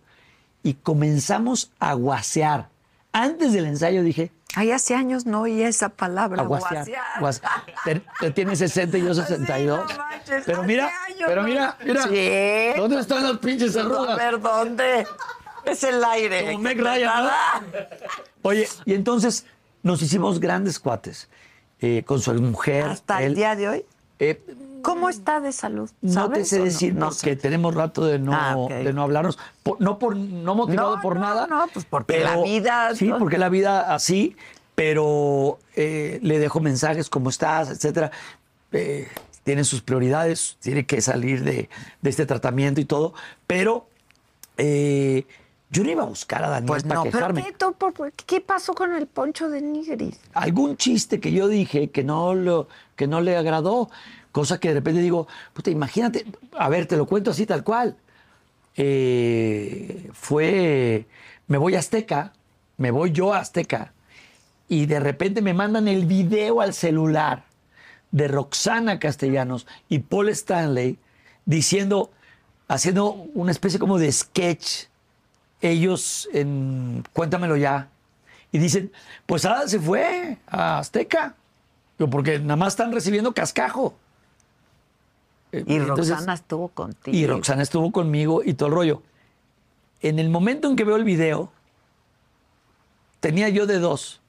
C: y comenzamos a guasear. Antes del ensayo dije,
B: Ay, hace años no oí esa palabra.
C: Aguasear.
B: guasear. Pues
C: Te, te tienes 60 y yo 62.
B: Sí, no manches,
C: pero mira,
B: hace años,
C: pero
B: ¿no?
C: mira, mira.
B: Sí.
C: ¿Dónde están las pinches
B: A
C: arrugas?
B: ver, ¿dónde? Es el aire.
C: Como Meg Ryan, ¿no? Oye, y entonces nos hicimos grandes cuates. eh, con su mujer. eh,
B: Hasta el día de hoy. ¿Cómo está de salud?
C: no te
B: ¿Sabes o
C: sé
B: no?
C: decir
B: No
C: porque tenemos rato de no,
B: Ah, ok.
C: de no hablarnos. Por- no por no motivado
B: No,
C: por
B: no,
C: nada.
B: no, pues porque la vida-
C: Sí, porque la vida así, pero eh, le dejo mensajes como estás, etcétera. Eh, tiene sus prioridades, tiene que salir de, de este tratamiento y todo, pero eh, yo no iba a buscar a Daniel
B: Pues
C: para
B: no, pero
C: quejarme
B: ¿qué, tú- por- por- qué pasó con el poncho de Nigris?
C: algún chiste que yo dije que no, lo, que no le agradó, cosa que de repente digo, puta, imagínate, a ver, te lo cuento así tal cual. Eh, fue, me voy a Azteca, me voy yo a Azteca, y de repente me mandan el video al celular de Roxana Castellanos y Paul Stanley diciendo, haciendo una especie como de sketch ellos en Cuéntamelo ya. Y dicen, pues Ada se fue a Azteca. Digo, porque nada más están recibiendo cascajo. Eh,
B: Y
C: entonces-
B: Roxana estuvo contigo.
C: y Roxana estuvo conmigo y todo el rollo. En el momento en que veo el video, tenía yo de dos,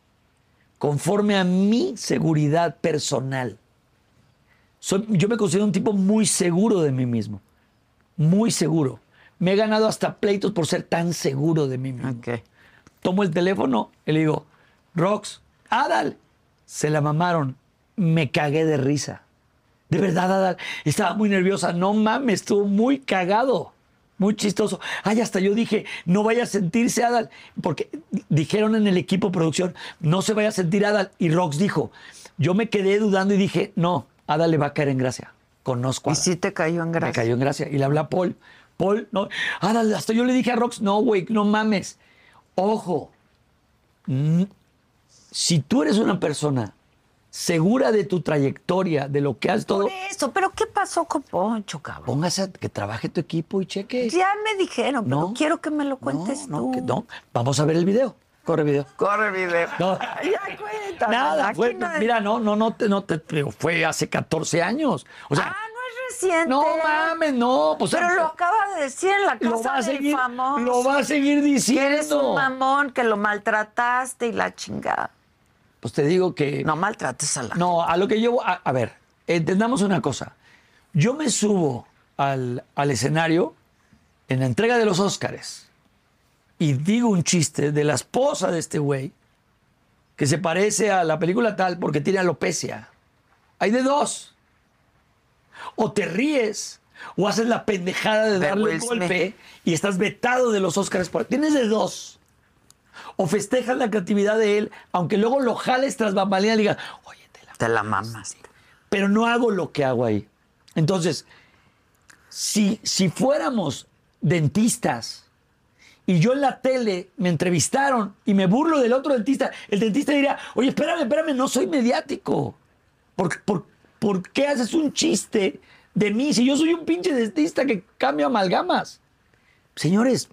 C: conforme a mi seguridad personal. Soy- yo me considero un tipo muy seguro de mí mismo, muy seguro. Me he ganado hasta pleitos por ser tan seguro de mí mismo.
B: Ok.
C: Tomo el teléfono y le digo, Rox, Adal. Se la mamaron. Me cagué de risa. De verdad, Adal. Estaba muy nerviosa. No mames, estuvo muy cagado. Muy chistoso. Ay, hasta yo dije, no vaya a sentirse Adal. Porque dijeron en el equipo producción, no se vaya a sentir Adal. Y Rox dijo, yo me quedé dudando y dije, no, Adal le va a caer en gracia. Conozco
B: Y
C: a Adal.
B: sí te cayó en gracia.
C: Me cayó en gracia. Y le habla a Paul. Paul, no. Ah, dale, hasta yo le dije a Rox, no, güey, no mames. Ojo. Mm, Si tú eres una persona segura de tu trayectoria, de lo que has todo,
B: Por eso, pero ¿qué pasó con Poncho, cabrón?
C: póngase a que trabaje tu equipo y cheque.
B: Ya me dijeron, pero quiero que me lo cuentes
C: no,
B: tú.
C: que no. Vamos a ver el video. Corre video.
B: Corre video.
C: No.
B: Ya cuéntame.
C: Nada,
B: aquí
C: fue-
B: no es-
C: mira, no, no, no, te, no te, te- fue hace 14 años. O sea,
B: Ah, no es reciente.
C: no mames, no. Pues,
B: Pero lo acaba de decir en la casa
C: lo va a
B: del
C: seguir,
B: famoso.
C: lo va a seguir
B: Que
C: diciendo.
B: eres un mamón, que lo maltrataste y la chingada.
C: Pues te digo que.
B: No maltrates a la
C: No, a lo que yo. A, a ver, entendamos una cosa. Yo me subo al, al escenario en la entrega de los Óscares y digo un chiste de la esposa de este güey que se parece a la película tal porque tiene alopecia. Hay de dos. O te ríes o haces la pendejada de
B: De
C: darle
B: Will
C: un
B: Smith.
C: golpe y estás vetado de los Óscares. por- Tienes de dos o festejas la creatividad de él, aunque luego lo jales tras bambalinas y digas, oye, te la-".
B: Te la mamas.
C: pero no hago lo que hago ahí. Entonces, si, si fuéramos dentistas y yo en la tele me entrevistaron y me burlo del otro dentista, el dentista diría, oye, espérame, espérame, no soy mediático. ¿Por, por, por qué haces un chiste de mí si yo soy un pinche dentista que cambio amalgamas? Señores,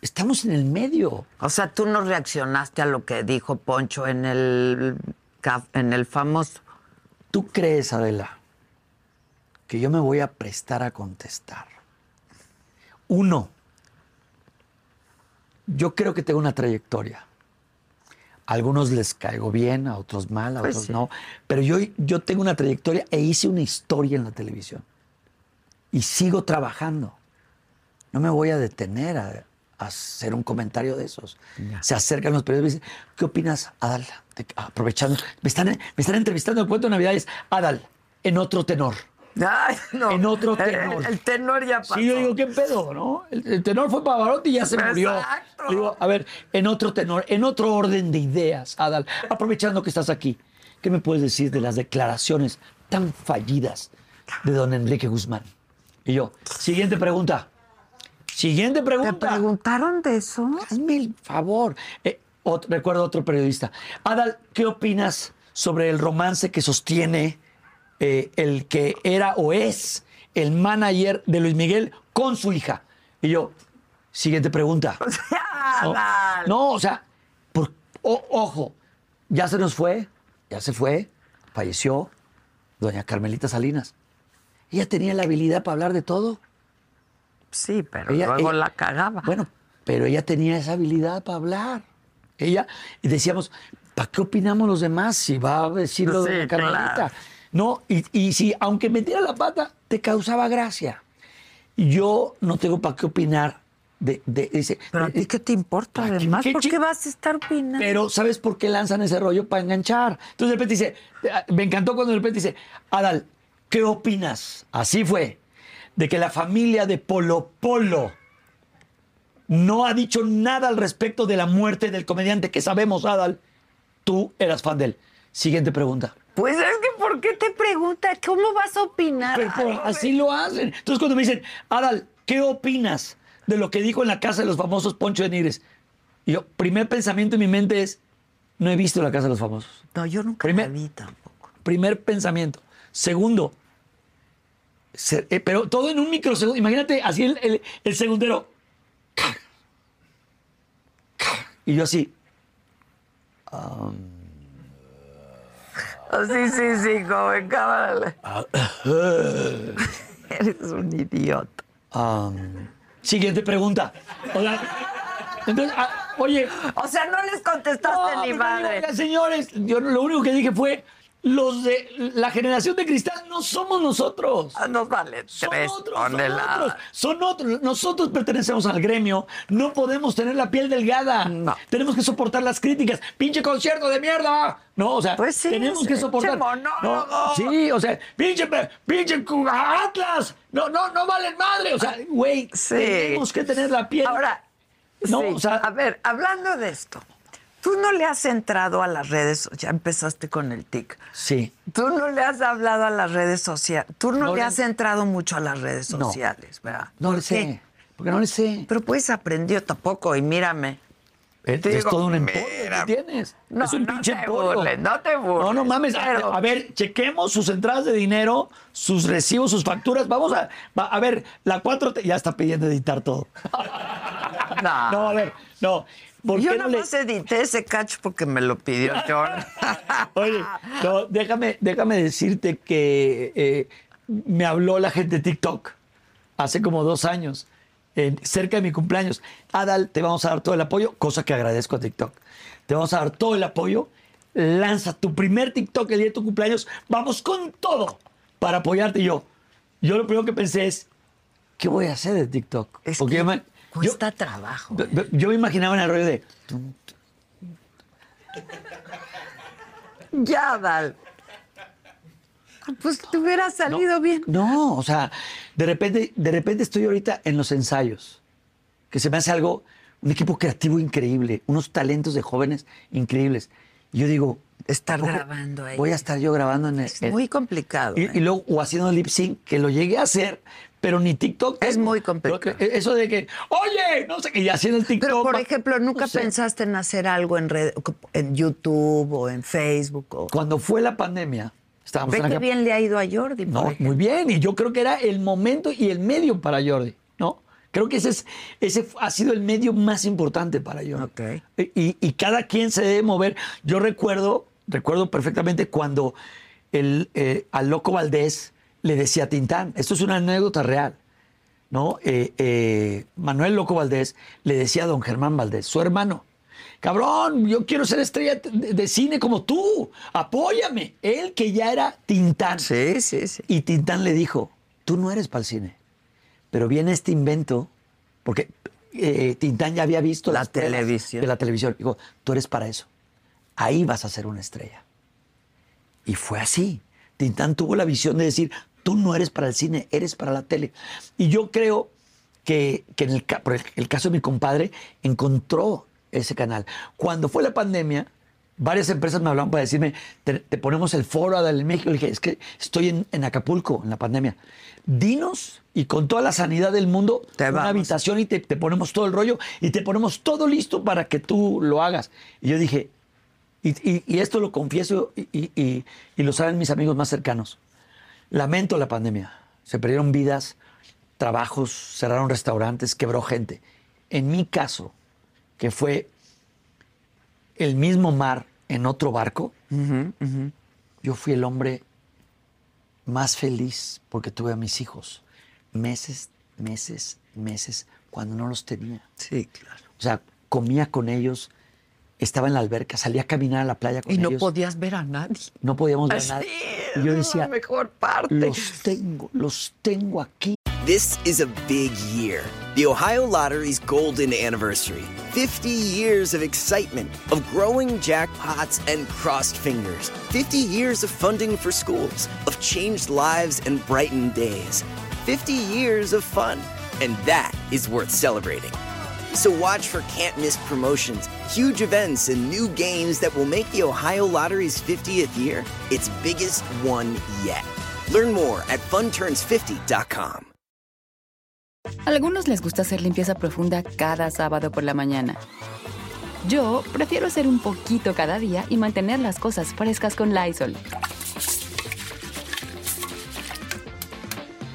C: estamos en el medio.
B: O sea, tú no reaccionaste a lo que dijo Poncho en el, ca- en el famoso.
C: ¿Tú crees, Adela, que yo me voy a prestar a contestar? Uno, yo creo que tengo una trayectoria. A algunos les caigo bien, a otros mal, a
B: Pues
C: otros
B: sí.
C: no. Pero yo, yo tengo una trayectoria e hice una historia en la televisión. Y sigo trabajando. No me voy a detener a, a hacer un comentario de esos. Se acercan los periodistas y dicen, ¿qué opinas, Adal? De- aprovechando, me están, me están entrevistando en cuento de Navidades. Adal, en otro tenor.
B: Ay, no.
C: En otro
B: El-
C: tenor.
B: El, tenor ya pasó.
C: Sí, yo digo, ¿qué pedo, no? El, el tenor fue Pavarotti y ya se murió.
B: Exacto.
C: Digo, a ver, en otro tenor, en otro orden de ideas, Adal, aprovechando que estás aquí, ¿qué me puedes decir de las declaraciones tan fallidas de don Enrique Guzmán? Y yo, siguiente pregunta. Siguiente
B: ¿Te
C: pregunta.
B: preguntaron de eso?
C: Hazme el favor. Eh, ot- recuerdo otro periodista. Adal, ¿qué opinas sobre el romance que sostiene eh, el que era o es el manager de Luis Miguel con su hija? Y yo, siguiente pregunta. No,
B: Adal.
C: No, o sea, por- o- ojo, ya se nos fue, ya se fue, falleció doña Carmelita Salinas. Ella tenía la habilidad para hablar de todo.
B: Sí, pero
C: Ella-
B: luego
C: ella-
B: la cagaba.
C: Bueno, pero ella tenía esa habilidad para hablar. Ella, y decíamos, ¿para qué opinamos los demás si va a decir lo de
B: Sí,
C: la Carmelita?
B: claro.
C: No, y, y si, aunque metiera la pata, te causaba gracia. Yo no tengo para qué opinar de, de- dice,
B: pero a
C: eh,
B: ti qué te importa
C: ¿a qué-
B: además,
C: qué
B: ¿por
C: chi-
B: qué vas a estar opinando?
C: pero ¿sabes por qué lanzan ese rollo? Para enganchar. Entonces de repente dice, eh, me encantó cuando de repente dice, Adal, ¿qué opinas? Así fue, de que la familia de Polo Polo no ha dicho nada al respecto de la muerte del comediante que sabemos, Adal. Tú eras fan de él. Siguiente pregunta.
B: Pues es que ¿por qué te pregunta? ¿Cómo vas a opinar?
C: Pero, pero
B: Ay, güey.
C: así lo hacen. Entonces cuando me dicen, Adal, ¿qué opinas de lo que dijo en la casa de los famosos Poncho de Nigres? Y yo, primer pensamiento en mi mente es, no he visto la casa de los famosos.
B: No, yo nunca
C: Primer-
B: la vi tampoco.
C: Primer pensamiento. Segundo, se- eh, pero todo en un microsegundo. Imagínate así el, el- el segundero. Y yo así.
B: Ah,
C: Ah,
B: Oh, sí, sí, sí, como en cámara. Eres un idiota.
C: Am, um, siguiente pregunta. O sea, entonces, ah, oye, ah,
B: O sea, no les contestaste
C: no,
B: ni
C: pero
B: madre.
C: digo, señores, yo lo único que dije fue, los de la generación de cristal no somos nosotros.
B: Ah, Nos vale
C: Son
B: tres
C: otros, son otros,
B: toneladas.
C: son otros. Nosotros pertenecemos al gremio, no podemos tener la piel delgada.
B: No.
C: Tenemos que soportar las críticas. ¡Pinche concierto de mierda! No, o sea,
B: Pues sí,
C: tenemos
B: sí,
C: que soportar.
B: pinche monólogo.
C: No, sí, o sea, pinche, pe- pinche cu- Atlas. No, no, no valen madre. O sea, güey,
B: Ah, Sí.
C: tenemos que tener la piel.
B: Ahora,
C: No,
B: sí,
C: o sea-
B: a ver, hablando de esto, tú no le has entrado a las redes, ya empezaste con el tic.
C: Sí.
B: Tú no le has hablado a las redes sociales. Tú no,
C: No
B: le
C: le-
B: has entrado mucho a las redes
C: No.
B: sociales, ¿verdad?
C: No le
B: ¿Por qué?
C: sé. Porque no le sé.
B: Pero pues aprendió tampoco y mírame.
C: Es,
B: Te
C: es
B: digo,
C: todo un emporio
B: mira,
C: que tienes.
B: no,
C: es un
B: no
C: pinche
B: te
C: emporio.
B: burles, no te burles,
C: No, no mames. A-
B: pero-
C: A, ver, chequemos sus entradas de dinero, sus recibos, sus facturas. Vamos a. va- a ver, la 4 te- ya está pidiendo editar todo.
B: No.
C: No, a ver, no. ¿Por
B: Ah. Yo
C: qué
B: nada
C: no le-
B: más edité ese cacho porque me lo pidió John.
C: Oye,
B: Ah.
C: no, déjame, déjame decirte que eh, me habló la gente de TikTok hace como dos años, en- cerca de mi cumpleaños. Adal, te vamos a dar todo el apoyo, cosa que agradezco a TikTok. Te vamos a dar todo el apoyo. Lanza tu primer TikTok el día de tu cumpleaños. Vamos con todo para apoyarte Y yo. Yo lo primero que pensé es, ¿qué voy a hacer de TikTok?
B: Es
C: Porque
B: que
C: yo me- yo-
B: cuesta trabajo.
C: Be- be- Yo me imaginaba en el rollo de...
B: Ya, Dal. Pues te hubiera salido bien.
C: No, o sea, de repente, de repente estoy ahorita en los ensayos, que se me hace algo, un equipo creativo increíble, unos talentos de jóvenes increíbles. Y yo digo,
B: Estar
C: ¿tampoco
B: grabando ahí.
C: Voy a estar yo grabando en el.
B: Es muy complicado.
C: y,
B: ¿eh?
C: y luego, o haciendo lip sync, que lo llegué a hacer, pero ni TikTok.
B: Es
C: tengo.
B: muy complicado.
C: Lo que- Eso de que, oye, no sé, qué, y haciendo el TikTok.
B: Pero, por
C: pa-
B: ejemplo, ¿nunca
C: no sé.
B: pensaste en hacer algo en, red, en YouTube o en Facebook? O...
C: Cuando fue la pandemia, estábamos
B: Ve
C: en la
B: qué bien le ha ido a Jordi. por
C: No,
B: ejemplo.
C: muy bien. Y yo creo que era el momento y el medio para Jordi, ¿no? Creo que ese, es, ese ha sido el medio más importante para Jordi.
B: Ok.
C: Y, y cada quien se debe mover. Yo recuerdo, recuerdo perfectamente cuando el, eh, al Loco Valdés le decía a Tintán, esto es una anécdota real, ¿no? Eh, eh, Manuel Loco Valdés le decía a don Germán Valdés, su hermano, cabrón, yo quiero ser estrella de, de cine como tú, apóyame. Él que ya era Tintán.
B: Sí, sí, sí.
C: Y Tintán le dijo, tú no eres para el cine, pero viene este invento, porque eh, Tintán ya había visto
B: La
C: las pruebas
B: televisión.
C: De la televisión. Dijo, tú eres para eso. Ahí vas a ser una estrella. Y fue así. Tintán tuvo la visión de decir, tú no eres para el cine, eres para la tele. Y yo creo que, que en el, ca- por el- el caso de mi compadre encontró ese canal. Cuando fue la pandemia, varias empresas me hablaban para decirme, te, te ponemos el foro a en México. Le dije, es que estoy en, en Acapulco, en la pandemia. Dinos y con toda la sanidad del mundo,
B: Te
C: una
B: vamos.
C: habitación y te, te ponemos todo el rollo y te ponemos todo listo para que tú lo hagas. Y yo dije, y, y- y esto lo confieso y, y- y- y lo saben mis amigos más cercanos. Lamento la pandemia. Se perdieron vidas, trabajos, cerraron restaurantes, quebró gente. En mi caso, que fue el mismo mar en otro barco, yo fui el hombre más feliz porque tuve a mis hijos meses, meses, meses cuando no los tenía.
B: Sí, claro.
C: O sea, comía con ellos, estaba en la alberca, salía a caminar a la playa con
B: Y no
C: ellos.
B: podías ver a nadie.
C: no podíamos ver
B: Sí,
C: nada. Y
B: es
C: yo decía,
B: la mejor parte.
C: los tengo, los tengo aquí.
G: This is a big year. The Ohio Lottery's golden anniversary. 50 years of excitement, of growing jackpots and crossed fingers. 50 years of funding for schools, of changed lives and brightened days. 50 years of fun. And that is worth celebrating. So watch for can't miss promotions, huge events, and new games that will make the Ohio Lottery's 50th year its biggest one yet. Learn more at funturns50.com.
H: Algunos les gusta hacer limpieza profunda cada sábado por la mañana. Yo prefiero hacer un poquito cada día y mantener las cosas frescas con Lysol.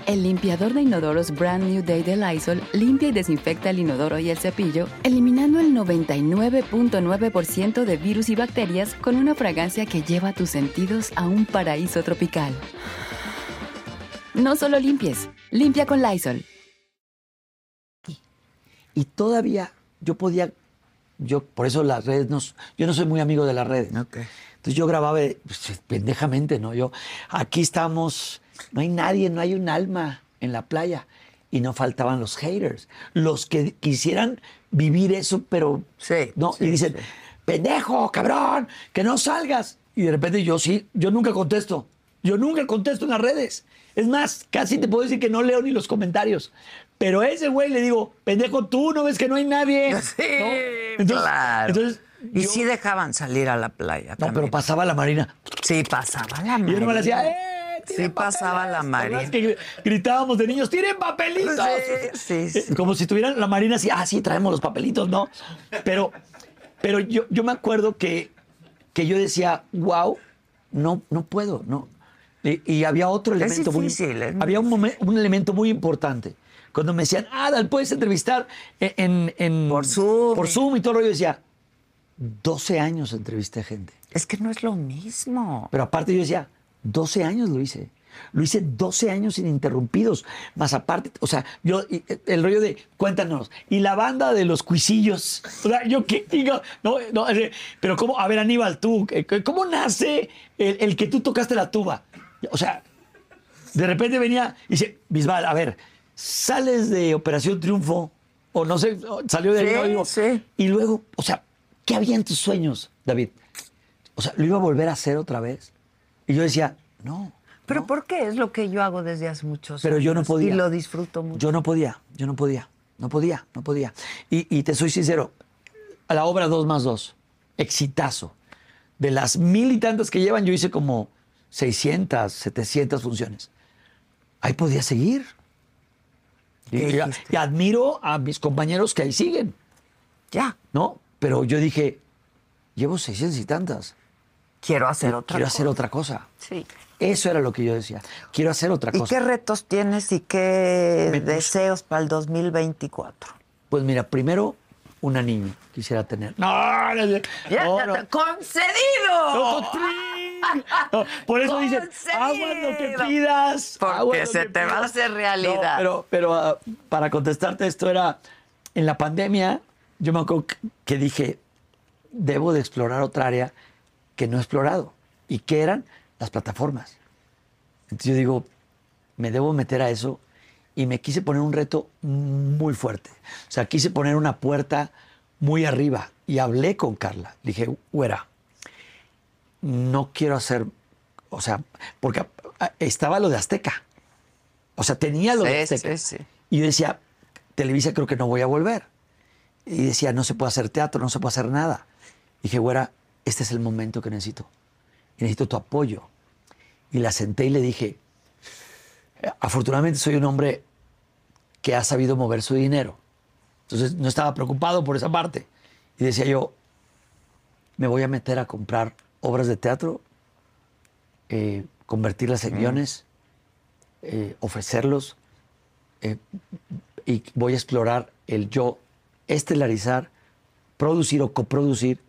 H: El limpiador de inodoros Brand New Day de Lysol limpia y desinfecta el inodoro y el cepillo, eliminando el 99.9% de virus y bacterias con una fragancia que lleva tus sentidos a un paraíso tropical. No solo limpies, limpia con Lysol.
C: Y todavía yo podía, yo por eso las redes, no, s- yo no soy muy amigo de las redes. Entonces yo grababa eh, pues, pendejamente, ¿no? Yo, aquí estamos, no hay nadie, no hay un alma en la playa. Y no faltaban los haters, los que quisieran vivir eso, pero
B: Sí,
C: no,
B: sí,
C: y dicen,
B: sí.
C: pendejo, cabrón, que no salgas. Y de repente yo sí, yo nunca contesto. Yo nunca contesto en las redes. Es más, casi te puedo decir que no leo ni los comentarios. Pero a ese güey le digo, pendejo, tú no ves que no hay nadie.
B: Sí,
C: ¿No? Entonces-
B: claro.
C: entonces
B: y
C: yo-
B: sí dejaban salir a la playa.
C: No, pero
B: también.
C: pasaba la marina.
B: sí pasaba la
C: Y
B: María.
C: yo nomás le decía, ¡eh! tiren
B: Sí pasaba la
C: papeles!
B: Marina.
C: ¿Te acuerdas que gritábamos de niños, ¡tiren papelitos!
B: Sí, sí, sí.
C: Eh, Como si tuvieran la marina así, ah, sí, traemos los papelitos, ¿no? Pero, pero yo, yo me acuerdo que, que yo decía, wow, no, no puedo, no. Y, y había otro elemento
B: difícil, ¿eh?
C: muy
B: es muy
C: había un, momen- un elemento muy importante. Cuando me decían, Adal, puedes entrevistar e-, en, en-
B: Por Zoom.
C: por Zoom y todo el rollo, yo decía, 12 años entrevisté gente.
B: Es que no es lo mismo.
C: Pero aparte yo decía, 12 años lo hice. Lo hice 12 años ininterrumpidos. Más aparte, o sea, yo, y, eh, el rollo de, cuéntanos, y la banda de los cuisillos. O sea, yo qué digo, no, no, eh, pero cómo, a ver, Aníbal, tú, eh, ¿cómo nace el, el que tú tocaste la tuba? O sea, de repente venía y dice, Bisbal, a ver, sales de Operación Triunfo, o no sé, o salió de ahí,
B: Sí,
C: ¿no? Digo,
B: sí.
C: y luego, o sea, ¿qué había en tus sueños, David? O sea, ¿lo iba a volver a hacer otra vez? Y yo decía, no.
B: Pero
C: no.
B: ¿por qué? Es lo que yo hago desde hace muchos
C: Pero yo no
B: años
C: podía.
B: Y lo disfruto mucho.
C: Yo no podía, yo no podía, no podía, no podía. Y, y te soy sincero, a la obra 2 más 2, exitazo. De las mil y tantas que llevan, yo hice como 600, 700 funciones. Ahí podía seguir. Y,
B: ¿Qué
C: y-
B: dijiste?
C: y admiro a mis compañeros que ahí siguen,
B: Ya,
C: ¿no? Pero yo dije, llevo 600 y tantas.
B: quiero hacer otra
C: Quiero
B: cosa.
C: hacer otra cosa.
B: Sí.
C: Eso era lo que yo decía. Quiero hacer otra
B: ¿Y
C: cosa.
B: qué retos tienes y qué
C: Pues Me puse-
B: deseos para el 2024?
C: Pues mira, primero una niña quisiera tener. No, no, no, no, no.
B: ¡Concedido!
C: No, no, Por eso dicen, aguas lo que pidas.
B: Porque
C: aguas lo
B: se
C: que
B: te va a
C: pidas".
B: hacer realidad.
C: No, pero pero ah, para contestarte esto era, en la pandemia, yo me acuerdo que- que dije, debo de explorar otra área que no he explorado. ¿Y qué eran? Las plataformas. Entonces yo digo, me debo meter a eso y me quise poner un reto muy fuerte. O sea, quise poner una puerta muy arriba y hablé con Carla. Le dije, güera, no quiero hacer, o sea, porque ah, ah, estaba lo de Azteca. O sea, tenía lo de
B: Sí,
C: Azteca.
B: sí, sí.
C: Y yo decía, Televisa creo que no voy a volver. Y decía, no se puede hacer teatro, no se puede hacer nada. dije, güera, este es el momento que necesito. Y necesito tu apoyo. Y la senté y le dije, afortunadamente soy un hombre que ha sabido mover su dinero. Entonces no estaba preocupado por esa parte. Y decía yo, me voy a meter a comprar obras de teatro, eh, convertirlas en guiones, eh, ofrecerlos, eh, y voy a explorar el yo estelarizar, producir o coproducir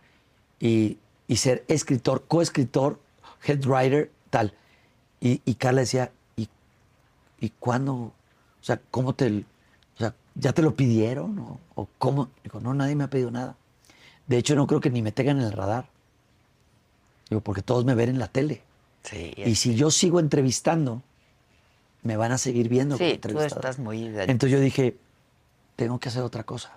C: y, y ser escritor, coescritor, head writer, tal. Y, y Carla decía, ¿y, y cuándo? O sea, ¿cómo te... O sea, ¿ya te lo pidieron? ¿O, o cómo? Digo, no, nadie me ha pedido nada. De hecho, no creo que ni me tengan en el radar. Digo, porque todos me ven en la tele.
B: Sí,
C: Y si yo sigo entrevistando, me van a seguir viendo. como
B: sí tú
C: entrevistado.
B: estás muy...
C: Entonces yo dije, tengo que hacer otra cosa.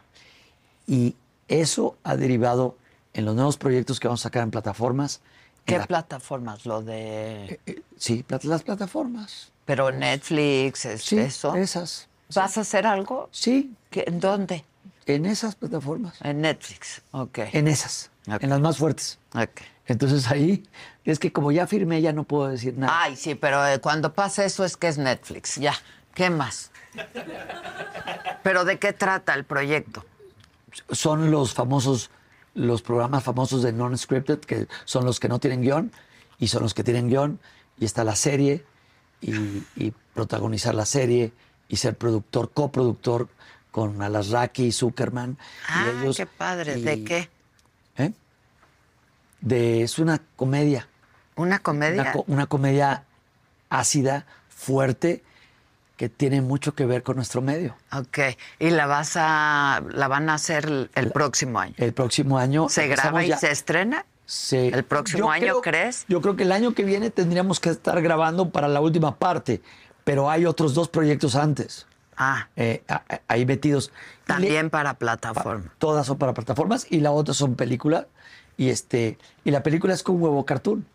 C: Y eso ha derivado en los nuevos proyectos que vamos a sacar en plataformas. en
B: ¿Qué
C: la-
B: plataformas? Lo de...
C: eh, eh, sí, plat- las plataformas.
B: Pero Netflix, es-
C: Sí,
B: eso.
C: esas.
B: ¿Vas a hacer algo?
C: Sí,
B: ¿Qué- ¿En dónde?
C: en esas plataformas.
B: En Netflix. Ok.
C: En esas,
B: Ok.
C: en las más fuertes.
B: Ok.
C: Entonces ahí es que como ya firmé, ya no puedo decir nada.
B: Ay, sí, pero eh, cuando pasa eso es que es Netflix. Ya. ¿Qué más? ¿Pero de qué trata el proyecto? Ah.
C: Son los famosos, los programas famosos de non-scripted, que son los que no tienen guión y son los que tienen guión. Y está la serie y, y protagonizar la serie y ser productor, coproductor con Alasraki y Zuckerman.
B: Ah,
C: y ellos,
B: qué padre.
C: y-
B: ¿De qué?
C: ¿eh? De, es una comedia.
B: ¿Una comedia?
C: Una, co- una comedia ácida, fuerte, que tiene mucho que ver con nuestro medio.
B: Ok. Y la vas a, la van a hacer el, el próximo año.
C: El próximo año.
B: ¿Se graba
C: empezamos
B: y
C: ya-
B: se estrena?
C: se-
B: ¿El próximo
C: Yo
B: año
C: creo-
B: crees?
C: Yo creo que el año que viene tendríamos que estar grabando para la última parte, pero hay otros dos proyectos antes
B: Ah,
C: eh, a- a- ahí metidos. Y le-
B: también para
C: pa-
B: plataforma.
C: todas son para plataformas y la otra son películas. Y, este, y la película es con huevo cartoon.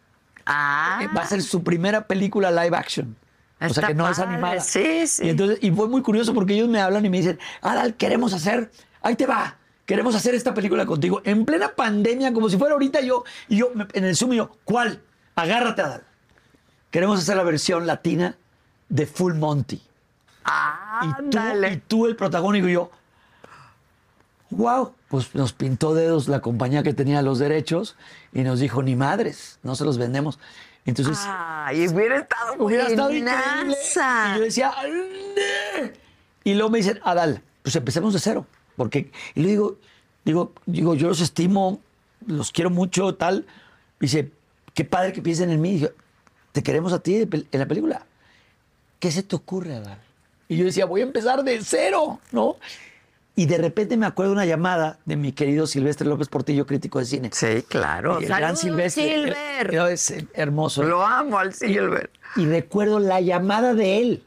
B: Ah,
C: Eh, Va a ser su primera película live action. o
B: Está
C: sea, que no es
B: padre,
C: animada.
B: sí, sí.
C: Y, entonces, y fue muy curioso porque ellos me hablan y me dicen, Adal, queremos hacer, ahí te va, queremos hacer esta película contigo. En plena pandemia, como si fuera ahorita yo, y yo me- en el Zoom y yo, ¿cuál? Agárrate, Adal. Queremos hacer la versión latina de Full Monty. Y tú, y
B: ándale.
C: tú el protagónico y yo, wow, pues nos pintó dedos la compañía que tenía los derechos y nos dijo, ni madres, no se los vendemos. Entonces,
B: Ah, y hubiera estado
C: hubiera estado increíble.
B: buenaza.
C: Y yo decía, "Ande". y luego me dicen, Adal, pues empecemos de cero. Porque, y le digo, digo, digo, yo los estimo, los quiero mucho, tal. Y dice, qué padre que piensen en mí. Y dije, te queremos a ti de pel- en la película. ¿Qué se te ocurre, Adal? Y yo decía, voy a empezar de cero, ¿no? Y de repente me acuerdo una llamada de mi querido Silvestre López Portillo, crítico de cine.
B: Sí, claro.
C: El gran
B: Saludos,
C: Silvestre.
B: Silver.
C: Era- es hermoso
B: Lo amo al Silver.
C: y recuerdo la llamada de él.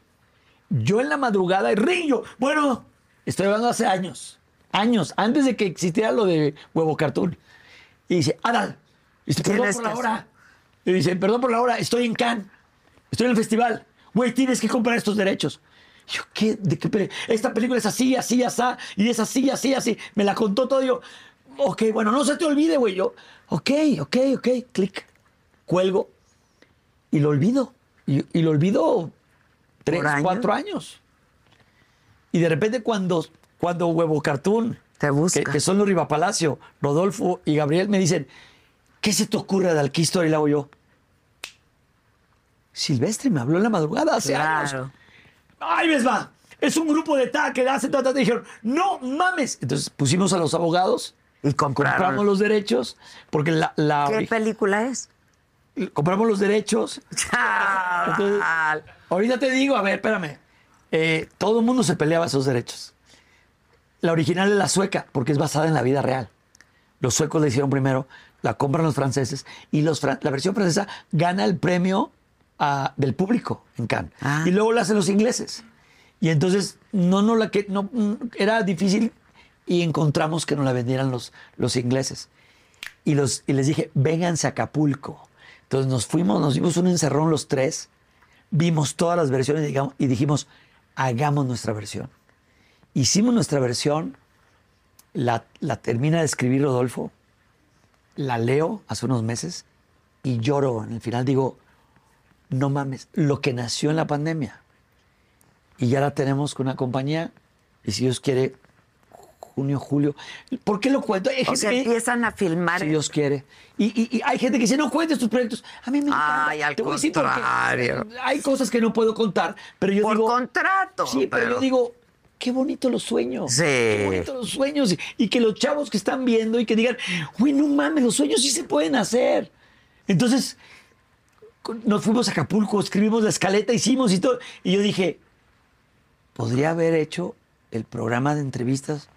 C: Yo en la madrugada, y rillo, bueno, estoy hablando hace años, años, antes de que existiera lo de huevo cartoon. Y dice, Adal, y dice, perdón
B: Tienes
C: por la
B: que-
C: hora. Y dice, perdón por la hora, estoy en Cannes, estoy en el festival. Güey, tienes que comprar estos derechos. Y Yo, ¿qué? ¿De qué? pe- Esta película es así, así, así, y es así, así, así. Me la contó todo y yo. Ok, bueno, no se te olvide, güey. Yo, ok, ok, ok, clic, cuelgo y lo olvido. Y, y lo olvido tres,
B: años?
C: cuatro años. Y de repente cuando, cuando Huevo Cartoon,
B: Te busca.
C: que, que son los Rivapalacio, Rodolfo y Gabriel, me dicen, ¿qué se te ocurre de ¿Qué historia le hago yo? Silvestre me habló en la madrugada hace años.
B: Claro.
C: ¡Ay, ves va! Es un grupo de tal que hace tata. Dijeron, ¡no mames! Entonces pusimos a los abogados,
B: Y compraron.
C: compramos los derechos, porque la... la
B: ¿Qué película es?
C: compramos los derechos entonces,
B: Chaval.
C: ahorita te digo, a ver, espérame. Eh, todo el mundo se peleaba esos derechos. La original es la sueca, porque es basada en la vida real. Los suecos la hicieron primero, la compran los franceses y los fran- la versión francesa gana el premio ah, del público en Cannes.
B: Ah.
C: Y luego la hacen los ingleses. Y entonces no, no la que no mm, era difícil y encontramos que no la vendieran los, los ingleses y, los, y les dije, vénganse a Acapulco. Entonces nos fuimos, nos dimos un encerrón los tres, vimos todas las versiones digamos, y dijimos, hagamos nuestra versión. Hicimos nuestra versión, la, la termina de escribir Rodolfo, la leo hace unos meses y lloro. En el final digo, no mames, lo que nació en la pandemia. Y ya la tenemos con una compañía y si Dios quiere, junio, julio. ¿Por qué lo cuento? Hay
B: O
C: gente
B: sea,
C: que-
B: empiezan a filmar.
C: si Dios quiere. Y, y- y hay gente que dice, no cuentes tus proyectos. A mí me encanta.
B: Ay, al
C: Te voy a decir por qué.
B: contrario.
C: Hay cosas que no puedo contar, pero yo
B: por
C: digo...
B: contrato.
C: Sí, pero, yo digo, qué bonito los sueños.
B: Sí.
C: Qué bonito los sueños. Y- Y que los chavos que están viendo y que digan, güey, no mames, los sueños sí se pueden hacer. Entonces, con- nos fuimos a Acapulco, escribimos la escaleta, hicimos y todo. Y yo dije, podría haber hecho el programa de entrevistas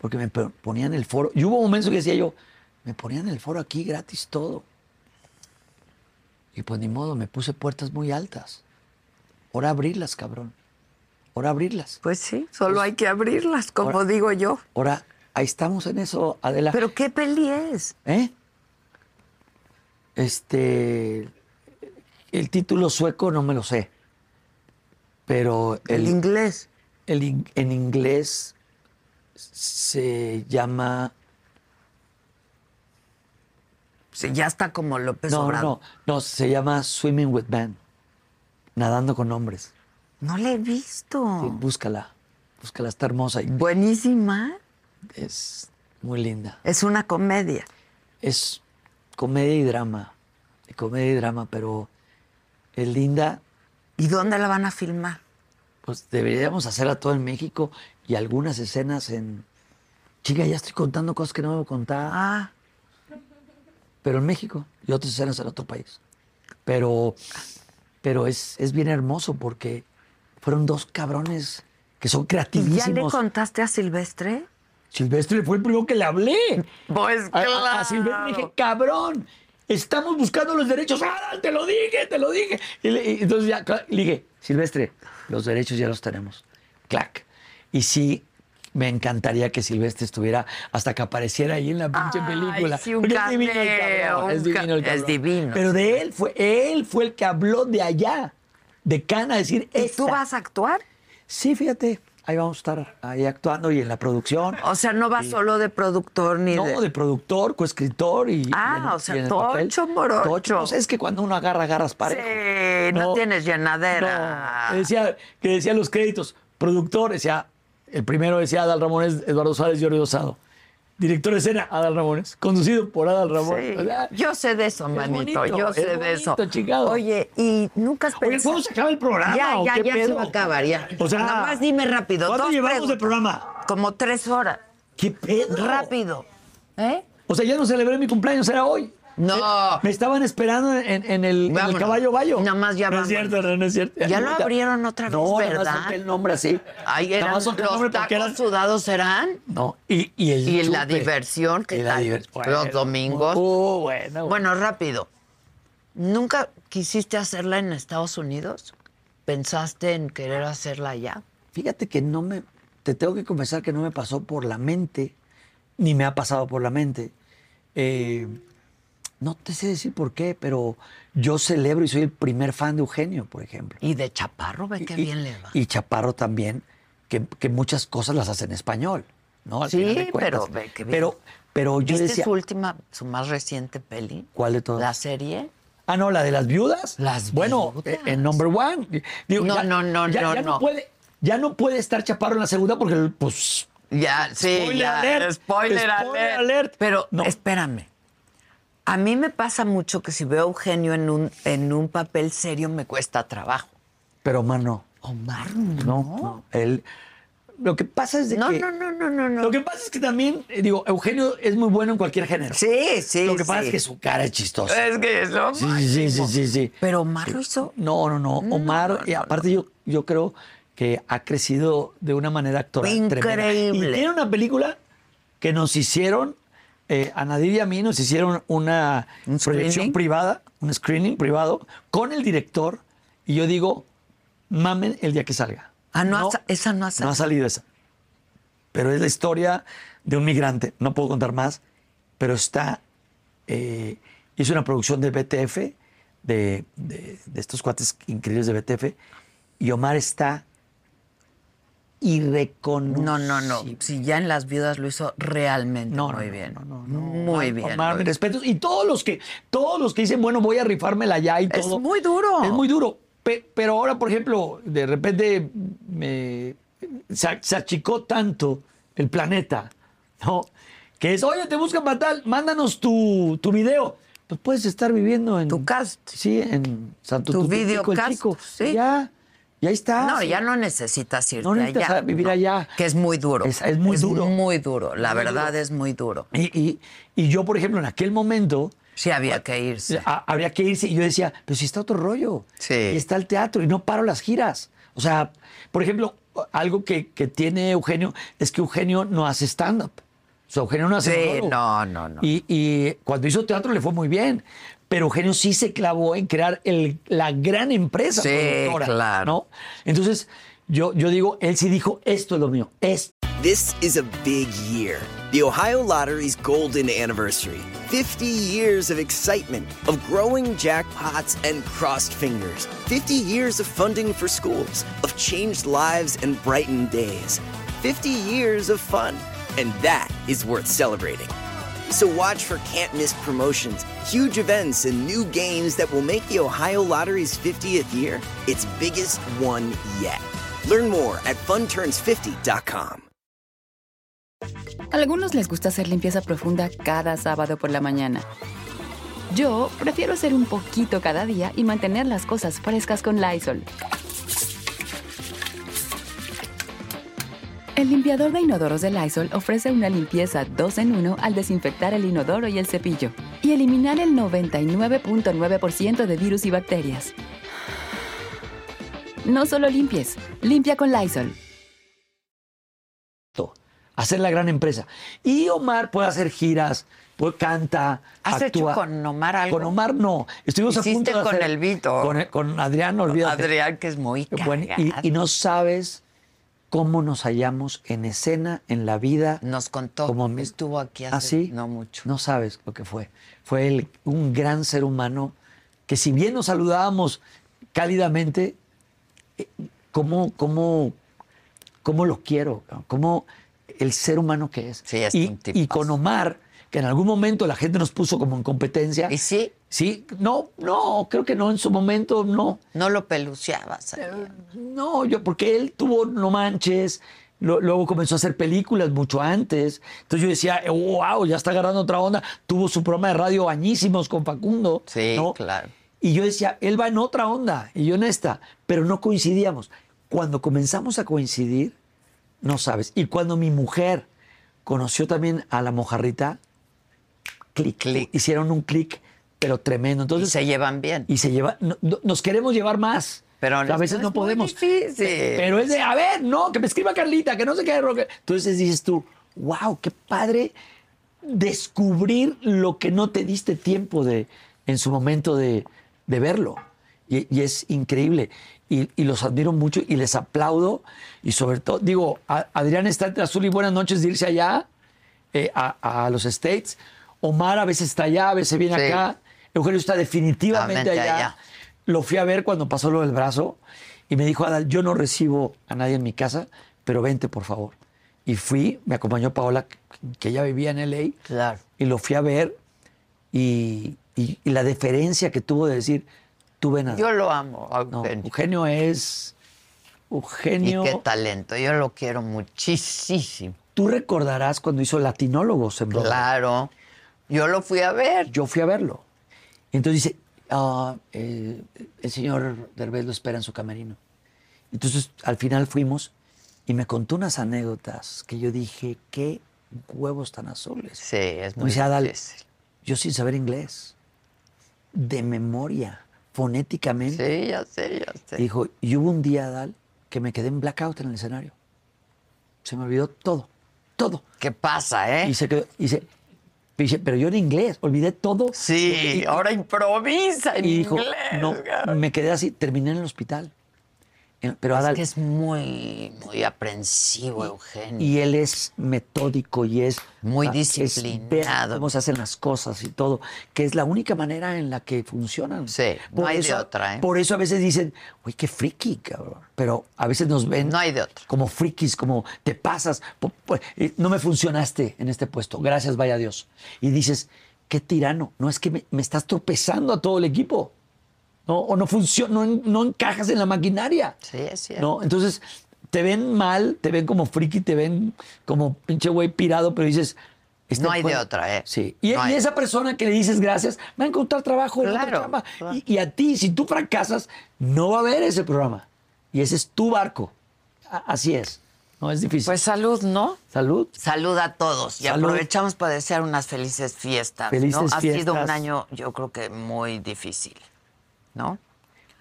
C: porque me pe- ponían el foro. Y hubo momentos que decía yo, me ponían el foro aquí gratis todo. Y pues ni modo, me puse puertas muy altas. Ahora abrirlas, cabrón. Ahora abrirlas.
B: Pues sí, solo hay que abrirlas, como digo yo.
C: Ahora, ahí estamos en eso, Adela.
B: Pero qué peli es.
C: ¿Eh? Este. El título sueco no me lo sé. Pero
B: El
C: el,
B: inglés.
C: el in- en inglés se llama.
B: Sí, ya está como López
C: No, no,
B: Obrador.
C: no, no, se llama Swimming with Men. Nadando con hombres.
B: No la he visto.
C: Sí, búscala. Búscala, está hermosa y
B: Buenísima.
C: es muy linda.
B: Es una comedia.
C: es comedia y drama, y comedia y drama, pero es linda,
B: ¿Y dónde la van a filmar?
C: pues deberíamos hacerla todo en México y algunas escenas en... Chica, ya estoy contando cosas que no debo contar,
B: Ah,
C: pero en México y otras escenas en otro país. Pero, pero es, es bien hermoso porque Fueron dos cabrones que
B: ¿Y ya
C: son
B: le
C: creativísimos.
B: contaste a Silvestre?
C: Silvestre fue el primero que le hablé.
B: Pues
C: A, a- a Silvestre le dije, cabrón, estamos buscando los derechos. ¡Ah, te lo dije, te lo dije! Y, le- y entonces ya cla- le dije, Silvestre, los derechos ya los tenemos. Clac. Y sí, me encantaría que Silvestre estuviera hasta que apareciera ahí en la pinche
B: Ay,
C: película.
B: sí, un
C: Porque es divino el
B: cameo,
C: cabrón. Es
B: un ca-
C: divino el
B: es
C: cabrón.
B: divino.
C: Pero de él fue, él fue el que habló de allá, de Cana, a decir,
B: ¿Y tú
C: "Esta".
B: vas a actuar?
C: Sí, fíjate, ahí vamos a estar ahí actuando y en la producción.
B: O sea, no vas solo de productor ni
C: No, de productor, coescritor y.
B: Ah,
C: y en-
B: o sea,
C: y en el papel.
B: tocho morocho.
C: Tocho. Pues es que cuando uno agarra, agarras parejo.
B: Sí, no, tienes llenadera.
C: No. Que Decía, que decía los créditos. Productor, decía. El primero decía Adal Ramones, Eduardo Suárez, Jordi Osado. Director de escena, Adal Ramones. Conducido por Adal Ramones.
B: Sí.
C: O sea,
B: Yo sé de eso, manito.
C: bonito,
B: yo
C: es
B: sé de eso.
C: bonito, chingado.
B: Oye, y nunca has
C: Oye,
B: pensado.
C: ¿cómo se acaba el programa?
B: Pues, Ya,
C: o
B: ya,
C: qué
B: ya se
C: pedo?
B: va a acabar, ya.
C: O sea,
B: Nada más dime rápido.
C: ¿Cuánto
B: dos
C: llevamos del
B: preguntas.
C: programa?
B: Como tres horas.
C: ¿Qué pedo?
B: Rápido. ¿Eh?
C: O sea, ya no celebré mi cumpleaños, era hoy.
B: No.
C: Me, me estaban esperando en, en el, en el
B: Vámonos.
C: caballo bayo.
B: Nada más ya
C: No es
B: vámonos.
C: cierto, no, no es cierto.
B: Ya lo
C: Ahorita-
B: abrieron otra vez,
C: no, No,
B: ¿verdad?
C: no, el nombre así.
B: Ahí
C: Nada
B: eran
C: más
B: los
C: solté el nombre
B: tacos
C: porque eran-
B: sudados serán.
C: No, y, y el
B: Y la
C: chupe.
B: diversión, ¿qué
C: Y la
B: tal?
C: diver-
B: Los domingos.
C: Uh, bueno. bueno.
B: Bueno, rápido. ¿Nunca quisiste hacerla en Estados Unidos? ¿Pensaste en querer hacerla allá?
C: Fíjate que no me... Te tengo que confesar que no me pasó por la mente, ni me ha pasado por la mente. Eh, no te sé decir por qué, pero yo celebro y soy el primer fan de Eugenio, por ejemplo.
B: Y de Chaparro, ve qué bien le va.
C: y Chaparro también, que, que muchas cosas las hace en español, ¿no? Al
B: Sí,
C: final de cuentas.
B: pero ve qué bien. Este
C: Pero, pero yo
B: ¿Viste
C: decía,
B: su última, su más reciente peli?
C: ¿cuál de todas?
B: ¿La serie?
C: Ah, no, la de las viudas.
B: Las
C: Bueno,
B: viudas.
C: eh, en number one. Digo,
B: No,
C: ya-
B: no, no,
C: ya-
B: no,
C: ya
B: no.
C: puede, ya no puede estar Chaparro en la segunda porque, pues,
B: Ya, sí,
C: Spoiler
B: ya.
C: alert,
B: Spoiler,
C: spoiler
B: alert.
C: alert.
B: Pero
C: No.
B: espérame. A mí me pasa mucho que si veo a Eugenio en un, en un papel serio me cuesta trabajo.
C: pero Omar no.
B: Omar,
C: No, no. Él, lo que pasa es de
B: No,
C: que...
B: no, no, no, no, no.
C: Lo que pasa es que también, eh, digo, Eugenio es muy bueno en cualquier género.
B: Sí, sí.
C: Lo que pasa
B: sí.
C: es que su cara es chistosa.
B: Es que es lo
C: Sí, sí, sí, sí,
B: máximo.
C: sí, sí.
B: Pero Omar lo hizo.
C: No, no, no. Omar, y aparte yo, yo creo que ha crecido de una manera actoral tremenda.
B: Increíble.
C: Y tiene una película que nos hicieron, eh, a Nadir y a mí nos hicieron una
B: ¿Un
C: proyección
B: screening?
C: privada, un screening privado, con el director, y yo digo, mamen el día que salga.
B: Ah, no ha sa- esa no ha salido.
C: No ha salido esa. Pero es la historia de un migrante. No puedo contar más, pero está eh, hizo una producción de BTF, de, de- de estos cuates increíbles de BTF, y Omar está irreconocible.
B: No, no, no. Si ya en Las Viudas lo hizo realmente
C: No, no,
B: muy
C: no,
B: bien.
C: no, no, no.
B: Muy bien.
C: Omar,
B: muy
C: mis
B: bien.
C: respetos. Y todos los que, todos los que dicen, bueno, voy a rifármela ya y
B: Es
C: todo.
B: muy duro.
C: Es muy duro. Pe- pero ahora, por ejemplo, de repente me- se, a- se achicó tanto el planeta, ¿no? Que es, oye, te buscan para tal, mándanos tu, tu video. Pues puedes estar viviendo en.
B: Tu cast.
C: Sí, en Santo
B: Tu
C: Tututico, el
B: videocast,
C: Chico.
B: sí.
C: Ya, ya está.
B: No,
C: Sí.
B: ya no necesitas irte
C: No necesitas
B: allá.
C: vivir
B: no,
C: allá.
B: Que es muy duro.
C: Es- es muy duro.
B: muy duro. La verdad es muy duro.
C: Y, y- y yo, por ejemplo, en aquel momento.
B: Sí había que irse.
C: a- habría que irse. Y yo decía, pero si está otro rollo.
B: Sí.
C: Y está el teatro y no paro las giras. O sea, por ejemplo, algo que, que tiene Eugenio es que Eugenio no hace stand-up. O sea, Eugenio no hace
B: Sí,
C: monólogo.
B: no, Este, no, no.
C: Y, y cuando hizo teatro le fue muy bien. Pero Eugenio sí se clavó en crear el- la gran empresa
B: Sí,
C: productora,
B: claro.
C: ¿no? Entonces, yo, yo digo, él sí dijo, esto es lo mío, esto.
G: This is a big year. The Ohio Lottery's golden anniversary. 50 years of excitement, of growing jackpots and crossed fingers. 50 years of funding for schools, of changed lives and brightened days. 50 years of fun. And that is worth celebrating. So watch for can't miss promotions, huge events, and new games that will make the Ohio Lottery's 50th year its biggest one yet. Learn more at funturns50.com.
H: Algunos les gusta hacer limpieza profunda cada sábado por la mañana. Yo prefiero hacer un poquito cada día y mantener las cosas frescas con Lysol. El limpiador de inodoros de Lysol ofrece una limpieza 2 en 1 al desinfectar el inodoro y el cepillo y eliminar el 99.9% de virus y bacterias. No solo limpies, limpia con Lysol.
C: hacer la gran empresa. Y Omar puede hacer giras, puede, canta,
B: ¿Has
C: actúa.
B: hecho con Omar algo?
C: Con Omar no. Estuvimos a
B: Hiciste
C: punto de
B: con
C: hacer-
B: el Vito.
C: Con, con Adrián, olvídate.
B: Adrián, que es muy
C: Bueno, y,
B: cagado.
C: y no sabes cómo nos hallamos en escena, en la vida.
B: Nos contó.
C: como me-
B: Estuvo aquí hace
C: ¿Ah, sí?
B: no mucho.
C: No sabes lo que fue. Fue el- un gran ser humano que si bien nos saludábamos cálidamente, eh, cómo, cómo, cómo lo quiero, cabrón, cómo el ser humano que es.
B: Sí, es
C: y,
B: un tipazo.
C: y con Omar, que en algún momento la gente nos puso como en competencia.
B: Y sí,
C: Sí, no, no, creo que no, en su momento no.
B: no lo peluceabas. Adrián.
C: No, yo, porque él tuvo No Manches, lo- luego comenzó a hacer películas mucho antes. Entonces yo decía, "Eh, wow, ya está agarrando otra onda. Tuvo su programa de radio Bañísimos con Facundo.
B: Sí,
C: ¿no?
B: claro.
C: Y yo decía, él va en otra onda y yo en esta, pero no coincidíamos. Cuando comenzamos a coincidir, no sabes. Y cuando mi mujer conoció también a la mojarrita, clic,
B: Clic.
C: Hicieron un clic, pero tremendo.
B: Y
C: Entonces,
B: se llevan bien.
C: y se lleva. no- no- nos queremos llevar más.
B: Pero
C: a veces
B: es
C: no
B: muy
C: podemos.
B: difícil.
C: Pero es de, a ver, no, que me escriba Carlita, que no se quede Roque. Entonces dices tú, wow, qué padre descubrir lo que no te diste tiempo de en su momento de, de verlo. Y, y es increíble. Y, y los admiro mucho y les aplaudo. Y sobre todo, digo, a- Adrián está entre azul y buenas noches de irse allá eh, a, a los States. Omar a veces está allá, a veces viene
B: Sí.
C: acá. Eugenio está definitivamente
B: Definitivamente
C: allá.
B: allá.
C: Lo fui a ver cuando pasó lo del brazo y me dijo, Adal, yo no recibo a nadie en mi casa, pero vente, por favor. Y fui, me acompañó Paola, que ya vivía en LA,
B: Claro.
C: y lo fui a ver y, y- y la deferencia que tuvo de decir, tú ven a...
B: Yo lo amo, a
C: No,
B: Eugenio.
C: Eugenio es...
B: Y
C: Eugenio...
B: qué talento. Yo lo quiero muchísimo.
C: Tú recordarás cuando hizo Latinólogos en Broadway.
B: Claro. Yo lo fui a ver.
C: Yo fui a verlo. Entonces dice, "Ah, eh, el señor Derbez lo espera en su camerino. Entonces al final fuimos y me contó unas anécdotas que yo dije, qué huevos tan azules.
B: Sí, es
C: Me
B: muy
C: dice, "Adal,
B: difícil.
C: yo sin saber inglés, de memoria, fonéticamente.
B: Sí, ya sé, ya sé.
C: Dijo, y hubo un día, Dal, que me quedé en blackout en el escenario. Se me olvidó todo, todo.
B: ¿Qué pasa, eh?
C: Y se quedó, y se- dice, pero yo en inglés, olvidé todo.
B: Sí,
C: Y-
B: ahora improvisa en
C: Y dijo,
B: inglés.
C: no,
B: cabrón".
C: me quedé así, terminé en el hospital. En- Pero
B: Es
C: Adal,
B: que es muy, muy aprensivo, Eugenio.
C: y él es metódico y es...
B: Muy
C: ah, es ver
B: disciplinado.
C: cómo se hacen las cosas y todo, que es la única manera en la que funcionan.
B: Sí, no hay de otra, ¿eh?
C: Por eso a veces dicen, uy, qué friki, cabrón. Pero a veces nos ven...
B: No hay de otra.
C: Como frikis, como te pasas, po- po- eh, no me funcionaste en este puesto, gracias, vaya Dios. Y dices, qué tirano, no es que me, me estás tropezando a todo el equipo. ¿no? O no funciona, no, en- no encajas en la maquinaria.
B: Sí, es cierto.
C: ¿no? Entonces, te ven mal, te ven como friki, te ven como pinche güey pirado, pero dices. este
B: No hay
C: puede-
B: de otra, ¿eh?
C: Sí. Y,
B: No
C: y
B: hay.
C: esa persona que le dices gracias va a encontrar trabajo en otra
B: Claro,
C: chamba.
B: claro.
C: Y, y a ti, si tú fracasas, no va a haber ese programa. Y ese es tu barco. A- así es. No es difícil.
B: Pues salud, ¿no?
C: Salud.
B: Salud a todos y
C: Salud.
B: aprovechamos para desear unas felices fiestas.
C: Felices
B: ¿no? Ha sido un
C: fiestas.
B: año, yo creo que muy difícil, ¿no?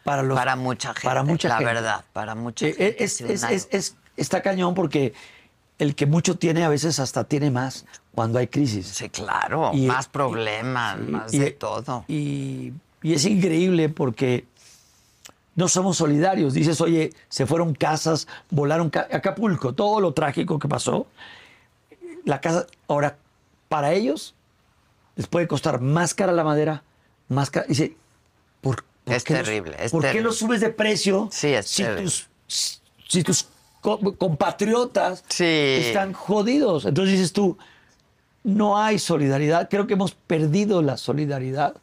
C: Para, los-
B: para mucha gente.
C: Para mucha
B: la
C: gente.
B: verdad, para mucha
C: Eh,
B: gente. ha
C: es-
B: sido un
C: es-
B: año.
C: es- es- está cañón porque el que mucho tiene a veces hasta tiene más cuando hay crisis.
B: sí, claro,
C: y- eh,
B: más
C: y-
B: problemas, más
C: Y- eh, e
B: de todo.
C: Y, y es increíble porque no somos solidarios. Dices, oye, se fueron casas, volaron ca- Acapulco, todo lo trágico que pasó. La casa, ahora, para ellos les puede costar más cara la madera, más cara. Dice, ¿por, por
B: Es
C: qué lo-
B: terrible, es
C: ¿Por qué
B: terrible.
C: lo subes de precio
B: Sí, es
C: si,
B: terrible.
C: tus, si tus co- compatriotas
B: Sí.
C: están jodidos? Entonces dices tú, no hay solidaridad. Creo que hemos perdido la solidaridad,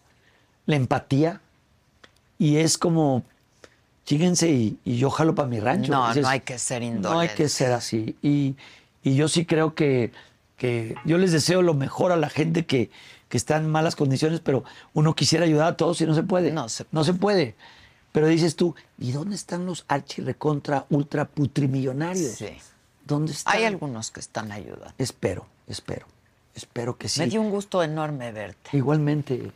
C: la empatía. Y es como, chíguense y, y yo jalo para mi rancho.
B: No, no hay que ser
C: No hay que
B: indolentes.
C: ser así. Y, y yo sí creo que, que yo les deseo lo mejor a la gente que, que está en malas condiciones, pero uno quisiera ayudar a todos y no se puede.
B: No se puede.
C: No se puede. Pero dices tú, ¿y dónde están los archirrecontra ultra putrimillonarios?
B: Sí.
C: ¿Dónde están?
B: Hay algunos que están ayudando.
C: Espero, espero, espero que sí.
B: Me dio un gusto enorme verte.
C: Igualmente. No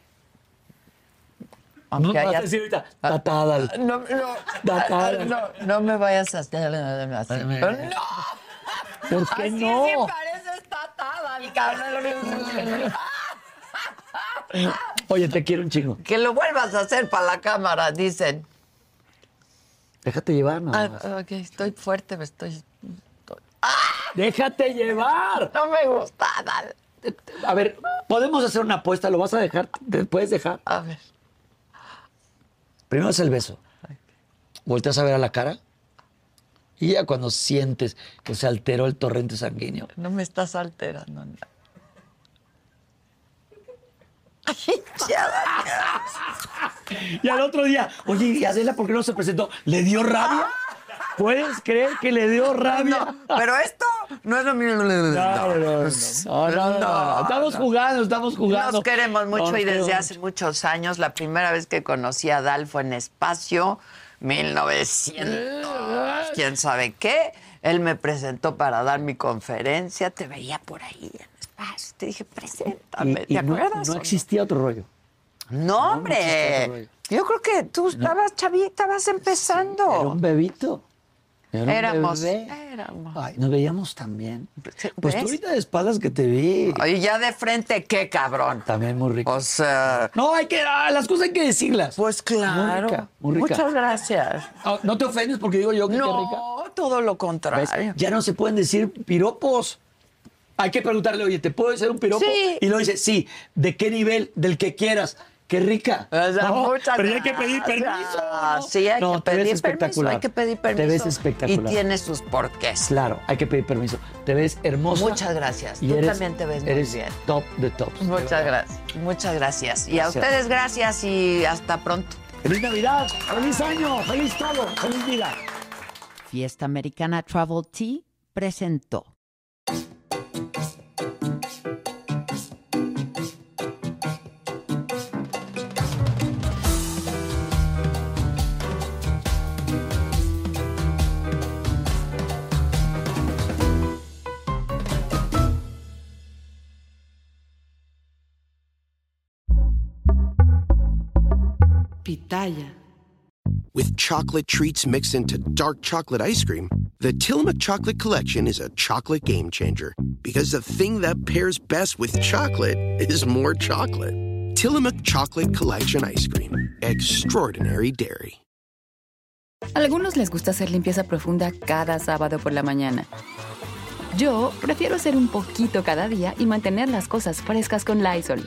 B: Aunque
C: vas
B: haya-
C: a decir ahorita, tatadal.
B: No, no,
C: Da- da-
B: no, no me vayas a hacer así. No,
C: ¿Por qué
B: así
C: no?
B: Ah, sí pareces tatada, el cabrón.
C: Oye, te quiero un chingo.
B: Que lo vuelvas a hacer para la cámara, dicen.
C: Déjate llevar, nada más.
B: Ah, ok, estoy fuerte, me estoy.
C: ¡Déjate llevar!
B: No me gusta, dale.
C: A ver, podemos hacer una apuesta, ¿lo vas a dejar? ¿Te puedes dejar?
B: A ver.
C: Primero es el beso. Volteas a ver a la cara. Y ya cuando sientes que se alteró el torrente sanguíneo,
B: No me estás alterando. no.
C: Y al otro día, oye, ¿y Adela por qué no se presentó? ¿Le dio rabia? ¿Puedes creer que le dio rabia?
B: Pero esto no es lo mismo.
C: No, no, no, no, no, no, no. Estamos jugando, estamos jugando.
B: Nos queremos mucho
C: No, nos
B: y desde
C: queremos
B: hace muchos años, la primera vez que conocí a Dal fue en Espacio,
C: Eh,
B: 1900, quién sabe qué. Él me presentó para dar mi conferencia, te veía por ahí en Espacio, te dije,
C: mucho.
B: preséntame,
C: Y,
B: ¿te
C: y no,
B: acuerdas?
C: no
B: o
C: existía otro rollo.
B: No,
C: existe ese rollo.
B: hombre, yo creo que tú estabas chavita, estabas empezando.
C: Era un bebito. Era un
B: Oh. Éramos,
C: bebé.
B: éramos.
C: Ay, nos veíamos también.
B: Sí,
C: Pues tú
B: ¿ves?
C: ahorita de espaldas que te vi.
B: Y ya de frente, qué cabrón.
C: También muy rico.
B: O sea,
C: No, hay que, ah, las cosas hay que decirlas.
B: pues claro.
C: Muy rica, muy rica.
B: Muchas gracias.
C: Ah, no te ofendes porque digo yo que qué rica.
B: No, todo lo
C: ¿Ves?
B: contrario.
C: Ya no se pueden decir piropos. Hay que preguntarle, oye, ¿te puedo decir un piropo?
B: Sí.
C: Y lo dice, sí, ¿de qué nivel? Del que quieras. ¡Qué rica!
B: O sea,
C: No,
B: muchas
C: pero ya hay que pedir
B: gracias.
C: permiso. ¿no?
B: Sí, hay
C: No,
B: que
C: te ves
B: pedir permiso.
C: espectacular.
B: Hay que pedir permiso.
C: Te ves espectacular.
B: Y tiene sus porqués.
C: Claro, hay que pedir permiso. Te ves hermosa.
B: Muchas gracias.
C: Y
B: Tú
C: eres-
B: también te ves muy
C: eres
B: bien.
C: top de tops. de verdad.
B: Muchas gracias. Muchas gracias. Y a
C: Gracias.
B: ustedes gracias y hasta pronto.
C: ¡Feliz Navidad! ¡Feliz año! ¡Feliz todo! ¡Feliz vida!
A: Fiesta Americana Travel Tea presentó.
I: Pitaya.
J: With chocolate treats mixed into dark chocolate ice cream, the Tillamook Chocolate Collection is a chocolate game changer because the thing that pairs best with chocolate is more chocolate. Tillamook Chocolate Collection Ice Cream. Extraordinary Dairy.
H: Algunos les gusta hacer limpieza profunda cada sábado por la mañana. Yo prefiero hacer un poquito cada día y mantener las cosas frescas con Lysol.